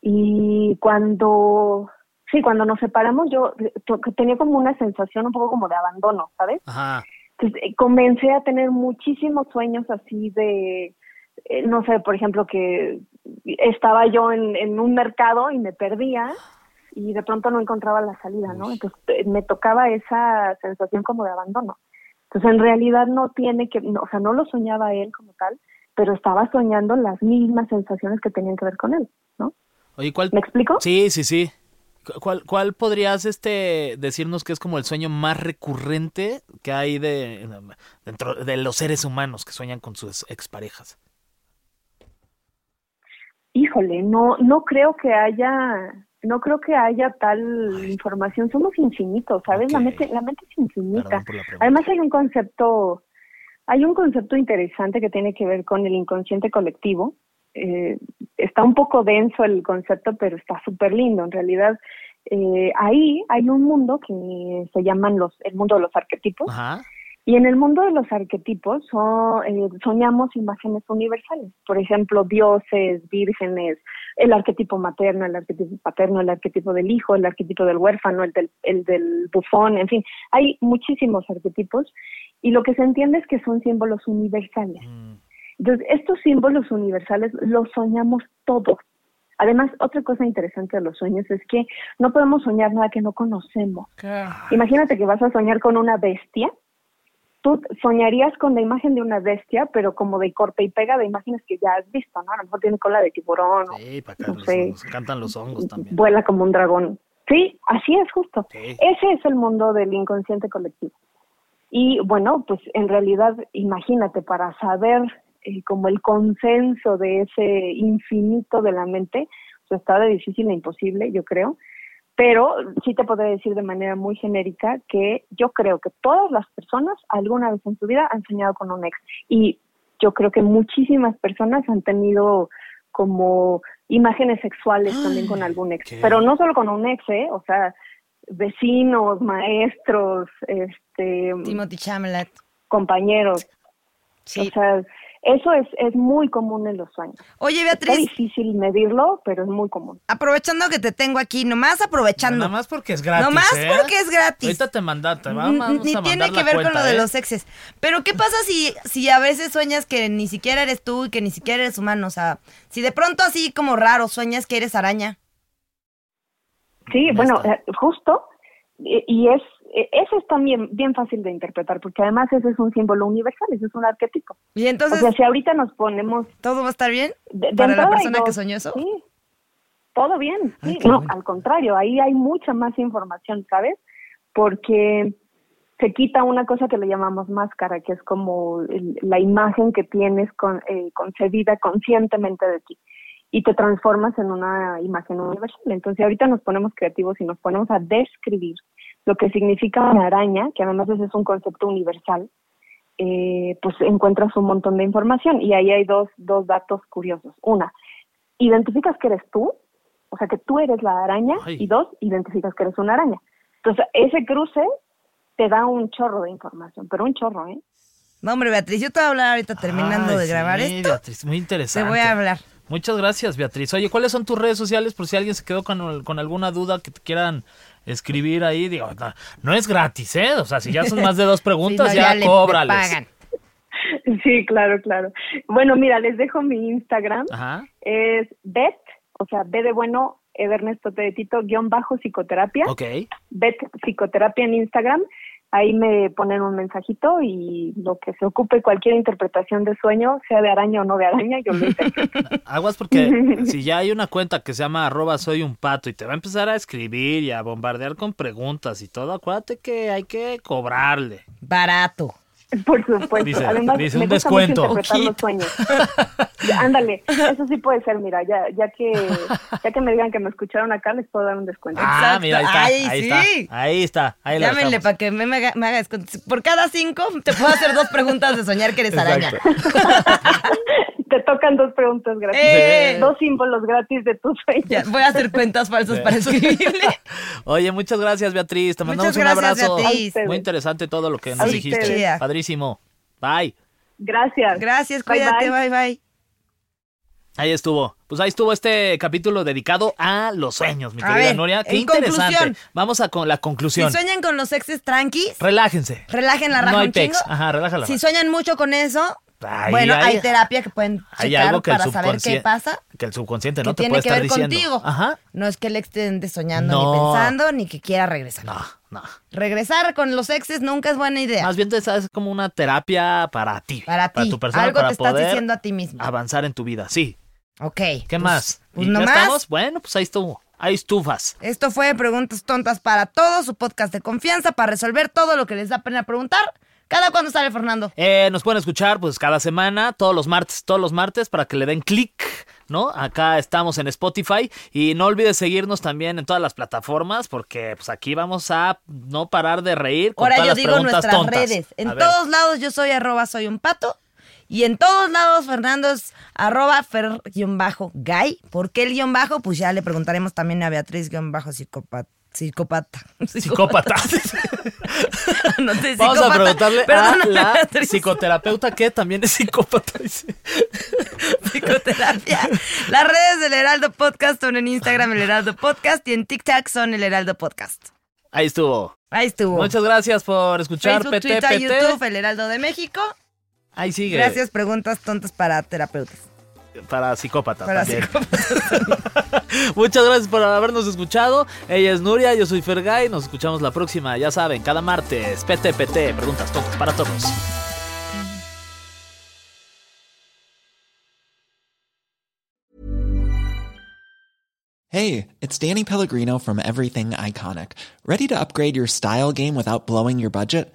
Speaker 6: y cuando, sí, cuando nos separamos yo eh, to- tenía como una sensación un poco como de abandono, ¿sabes?
Speaker 2: Ajá.
Speaker 6: Entonces, eh, comencé a tener muchísimos sueños así de, eh, no sé, por ejemplo, que estaba yo en, en un mercado y me perdía y de pronto no encontraba la salida, ¿no? Entonces eh, me tocaba esa sensación como de abandono. Entonces en realidad no tiene que, no, o sea, no lo soñaba él como tal, pero estaba soñando las mismas sensaciones que tenían que ver con él, ¿no?
Speaker 2: Oye, ¿cuál?
Speaker 6: ¿Me explico?
Speaker 2: Sí, sí, sí. Cu- ¿Cuál, cuál podrías este decirnos que es como el sueño más recurrente que hay de dentro de los seres humanos que sueñan con sus exparejas?
Speaker 6: Híjole, no, no creo que haya, no creo que haya tal información. Somos infinitos, ¿sabes? La mente, la mente es infinita. Además hay un concepto, hay un concepto interesante que tiene que ver con el inconsciente colectivo. Eh, está un poco denso el concepto, pero está súper lindo. En realidad, eh, ahí hay un mundo que se llaman los, el mundo de los arquetipos. Y en el mundo de los arquetipos so- eh, soñamos imágenes universales, este por ejemplo, dioses, vírgenes, el arquetipo materno, el arquetipo paterno, el arquetipo del hijo, el arquetipo del huérfano, el del, el del bufón, en fin, hay muchísimos arquetipos y lo que se entiende es que son símbolos universales. Entonces, estos símbolos universales los soñamos todos. Además, otra cosa interesante de los sueños es que no podemos soñar nada que no conocemos. Imagínate que vas a soñar con una bestia tú soñarías con la imagen de una bestia, pero como de corte y pega de imágenes que ya has visto, ¿no? A lo mejor tiene cola de tiburón o
Speaker 2: Sí, para
Speaker 6: no sé,
Speaker 2: Nos cantan los hongos también.
Speaker 6: vuela como un dragón. Sí, así es justo.
Speaker 2: Sí.
Speaker 6: Ese es el mundo del inconsciente colectivo. Y bueno, pues en realidad, imagínate, para saber eh, como el consenso de ese infinito de la mente, o sea, está de difícil e imposible, yo creo. Pero oh, sí te podría decir de manera muy genérica que yo creo que todas las personas alguna vez en su vida han soñado con un ex. Y yo creo que muchísimas personas han tenido como imágenes sexuales también con algún ex. Pero no solo con un ex, ¿eh? O sea, vecinos, maestros, este...
Speaker 3: Timothy Chalamet.
Speaker 6: Compañeros. O sea, eso es, es muy común en los sueños.
Speaker 3: Oye, Beatriz.
Speaker 6: Es difícil medirlo, pero es muy común.
Speaker 3: Aprovechando que te tengo aquí, nomás aprovechando.
Speaker 2: Nada más porque es gratis.
Speaker 3: Nomás
Speaker 2: ¿eh?
Speaker 3: porque es gratis.
Speaker 2: Ahorita te manda, te va-
Speaker 3: N-
Speaker 2: vamos a
Speaker 3: ni
Speaker 2: mandar
Speaker 3: tiene
Speaker 2: la
Speaker 3: que ver con
Speaker 2: cuenta,
Speaker 3: lo de
Speaker 2: ¿eh?
Speaker 3: los exes. Pero ¿qué pasa si, si a veces sueñas que ni siquiera eres tú y que ni siquiera eres humano? O sea, si de pronto así como raro sueñas que eres araña.
Speaker 6: Sí, bueno, eh, justo, y, y es, eh, ese es también bien fácil de interpretar, porque además ese es un símbolo universal, ese es un arquetipo.
Speaker 3: Y entonces,
Speaker 6: o sea, si ahorita nos ponemos...
Speaker 3: ¿Todo va a estar bien
Speaker 6: de
Speaker 3: Pues, para la
Speaker 6: entrada hay
Speaker 3: persona que
Speaker 6: dos.
Speaker 3: soñó eso?
Speaker 6: Sí, todo bien. sí. no, al contrario, ahí hay mucha más información, ¿sabes? Porque se quita una cosa que le llamamos máscara, que es como el- la imagen que tienes con- eh, concebida conscientemente de ti y te transformas en una imagen universal. Entonces ahorita nos ponemos creativos y nos ponemos a describir lo que significa una araña, que además ese es un concepto universal, eh, pues encuentras un montón de información y ahí hay dos, dos datos curiosos. Una, identificas que eres tú, o sea que tú eres la araña,
Speaker 11: Ay.
Speaker 6: y dos, identificas que eres una araña. Entonces ese cruce te da un chorro de información, pero un chorro, ¿eh?
Speaker 3: No, hombre, Beatriz, yo te voy a hablar ahorita terminando
Speaker 2: Ay,
Speaker 3: de grabar
Speaker 2: sí,
Speaker 3: esto.
Speaker 2: Beatriz, muy interesante.
Speaker 3: Te voy a hablar.
Speaker 2: Muchas gracias, Beatriz. Oye, ¿cuáles son tus redes sociales por si alguien se quedó con, con alguna duda que te quieran escribir ahí? Digo, no, no es gratis, ¿eh? O sea, si ya son más de dos preguntas,
Speaker 6: Sí, no,
Speaker 2: ya,
Speaker 6: ya le- le
Speaker 2: cóbrales.
Speaker 6: pagan. Sí, claro, claro. Bueno, mira, les dejo mi Instagram.
Speaker 2: Ajá.
Speaker 6: Es Bet, o sea, B de bueno, E de Ernesto T de Tito, guión bajo psicoterapia.
Speaker 2: Ok.
Speaker 6: Bet Psicoterapia en Instagram. Ahí me ponen un mensajito y lo que se ocupe cualquier interpretación de sueño, sea de araña o no de araña, yo lo interpreto.
Speaker 2: Aguas porque si ya hay una cuenta que se llama arroba soy un pato y te va a empezar a escribir y a bombardear con preguntas y todo, acuérdate que hay que cobrarle.
Speaker 3: Barato.
Speaker 6: Por supuesto.
Speaker 2: Dice-
Speaker 6: Además,
Speaker 2: dice
Speaker 6: me
Speaker 2: un
Speaker 6: gusta mucho
Speaker 2: descuento.
Speaker 6: interpretar los sueños. Ya, Ándale, eso sí puede ser, mira, ya, ya que ya que me digan que me escucharon acá, les puedo dar un descuento.
Speaker 2: Ah, mira, ahí está.
Speaker 3: Ay,
Speaker 2: ahí
Speaker 3: sí.
Speaker 2: está. Ahí está. Ahí la
Speaker 3: Llámenle
Speaker 2: dejamos.
Speaker 3: para que me, me haga, me haga descuento. Por cada cinco te puedo hacer dos preguntas de soñar que eres araña.
Speaker 6: Te tocan dos preguntas gratis.
Speaker 3: ¡Eh!
Speaker 6: Dos símbolos gratis de tus sueños.
Speaker 3: Ya, voy a hacer cuentas falsas para escribirle.
Speaker 2: Oye, muchas gracias, Beatriz. Te mandamos
Speaker 3: Muchas gracias,
Speaker 2: un abrazo.
Speaker 3: Beatriz.
Speaker 2: Muy interesante todo lo que
Speaker 3: Sí,
Speaker 2: nos
Speaker 3: qué
Speaker 2: dijiste.
Speaker 3: chida.
Speaker 2: Padrísimo. Bye.
Speaker 6: Gracias.
Speaker 3: Gracias,
Speaker 6: Bye,
Speaker 3: cuídate,
Speaker 6: bye.
Speaker 3: bye, bye.
Speaker 2: Ahí estuvo. Pues ahí estuvo este capítulo dedicado a los sueños, mi
Speaker 3: A
Speaker 2: querida
Speaker 3: ver,
Speaker 2: Nuria. Qué
Speaker 3: en
Speaker 2: interesante.
Speaker 3: conclusión.
Speaker 2: Vamos a con la conclusión.
Speaker 3: Si sueñan con los exes tranquis,
Speaker 2: Relájense.
Speaker 3: relajen la raja
Speaker 2: No hay
Speaker 3: un chingo.
Speaker 2: pecs. Ajá, relájala.
Speaker 3: Si sueñan mucho con eso,
Speaker 2: Ahí
Speaker 3: bueno,
Speaker 2: hay-
Speaker 3: hay terapia que pueden
Speaker 2: hay
Speaker 3: checar
Speaker 2: algo que el
Speaker 3: para saber qué
Speaker 2: subconscien-
Speaker 3: pasa.
Speaker 2: Que el subconsciente
Speaker 3: que
Speaker 2: no te puede
Speaker 3: tiene que
Speaker 2: estar
Speaker 3: ver
Speaker 2: diciendo.
Speaker 3: contigo. No es que él esté soñando
Speaker 2: No.
Speaker 3: ni pensando ni que quiera regresar.
Speaker 2: no.
Speaker 3: Regresar con los exes nunca es buena idea.
Speaker 2: Más bien te sabes como una terapia para ti. Para
Speaker 3: ti.
Speaker 2: tu persona,
Speaker 3: Algo
Speaker 2: para
Speaker 3: te estás
Speaker 2: poder
Speaker 3: diciendo a ti mismo.
Speaker 2: avanzar en tu vida. Sí.
Speaker 3: Ok.
Speaker 2: ¿Qué más?
Speaker 3: pues
Speaker 2: ¿Y ya
Speaker 3: nomás.
Speaker 2: estamos? Bueno, pues ahí estuvo. Hay estufas.
Speaker 3: Esto fue Preguntas Tontas para Todos, su podcast de confianza para resolver todo lo que les da pena preguntar. ¿Cada cuándo sale Fernando?
Speaker 2: Eh, nos pueden escuchar pues cada semana, todos los martes, todos los martes para que le den clic, ¿no? Acá estamos en Spotify y no olvides seguirnos también en todas las plataformas porque pues aquí vamos a no parar de reír con
Speaker 3: Ahora
Speaker 2: todas
Speaker 3: yo
Speaker 2: las
Speaker 3: digo
Speaker 2: preguntas
Speaker 3: nuestras
Speaker 2: tontas.
Speaker 3: redes. En
Speaker 2: A ver,
Speaker 3: todos lados yo soy arroba soy un pato. Y en todos lados Fernando es arroba fer-gay. ¿Por qué el guión bajo? Pues ya le preguntaremos también a Beatriz guión bajo psicopata. Psicopata.
Speaker 2: Psicópata.
Speaker 3: no sé,
Speaker 2: Vamos a
Speaker 3: psicópata.
Speaker 2: preguntarle
Speaker 3: Perdón,
Speaker 2: a la psicoterapeuta que también es psicópata. dice.
Speaker 3: psicoterapia. Las redes del Heraldo Podcast son en Instagram el Heraldo Podcast y en TikTok son el Heraldo Podcast.
Speaker 2: Ahí estuvo.
Speaker 3: Ahí estuvo.
Speaker 2: Muchas gracias por escuchar
Speaker 3: Facebook,
Speaker 2: PT,
Speaker 3: Twitter,
Speaker 2: PT.
Speaker 3: YouTube, el Heraldo de México.
Speaker 2: Ahí sigue.
Speaker 3: Gracias, preguntas tontas para terapeutas.
Speaker 2: para psicópatas.
Speaker 3: Para
Speaker 2: también. Muchas gracias por habernos escuchado. Ella es Nuria, yo soy Fergay. Nos escuchamos la próxima, ya saben, cada martes. PTPT, preguntas tontas para todos.
Speaker 4: Hey, it's Danny Pellegrino from Everything Iconic. Ready to upgrade your style game without blowing your budget?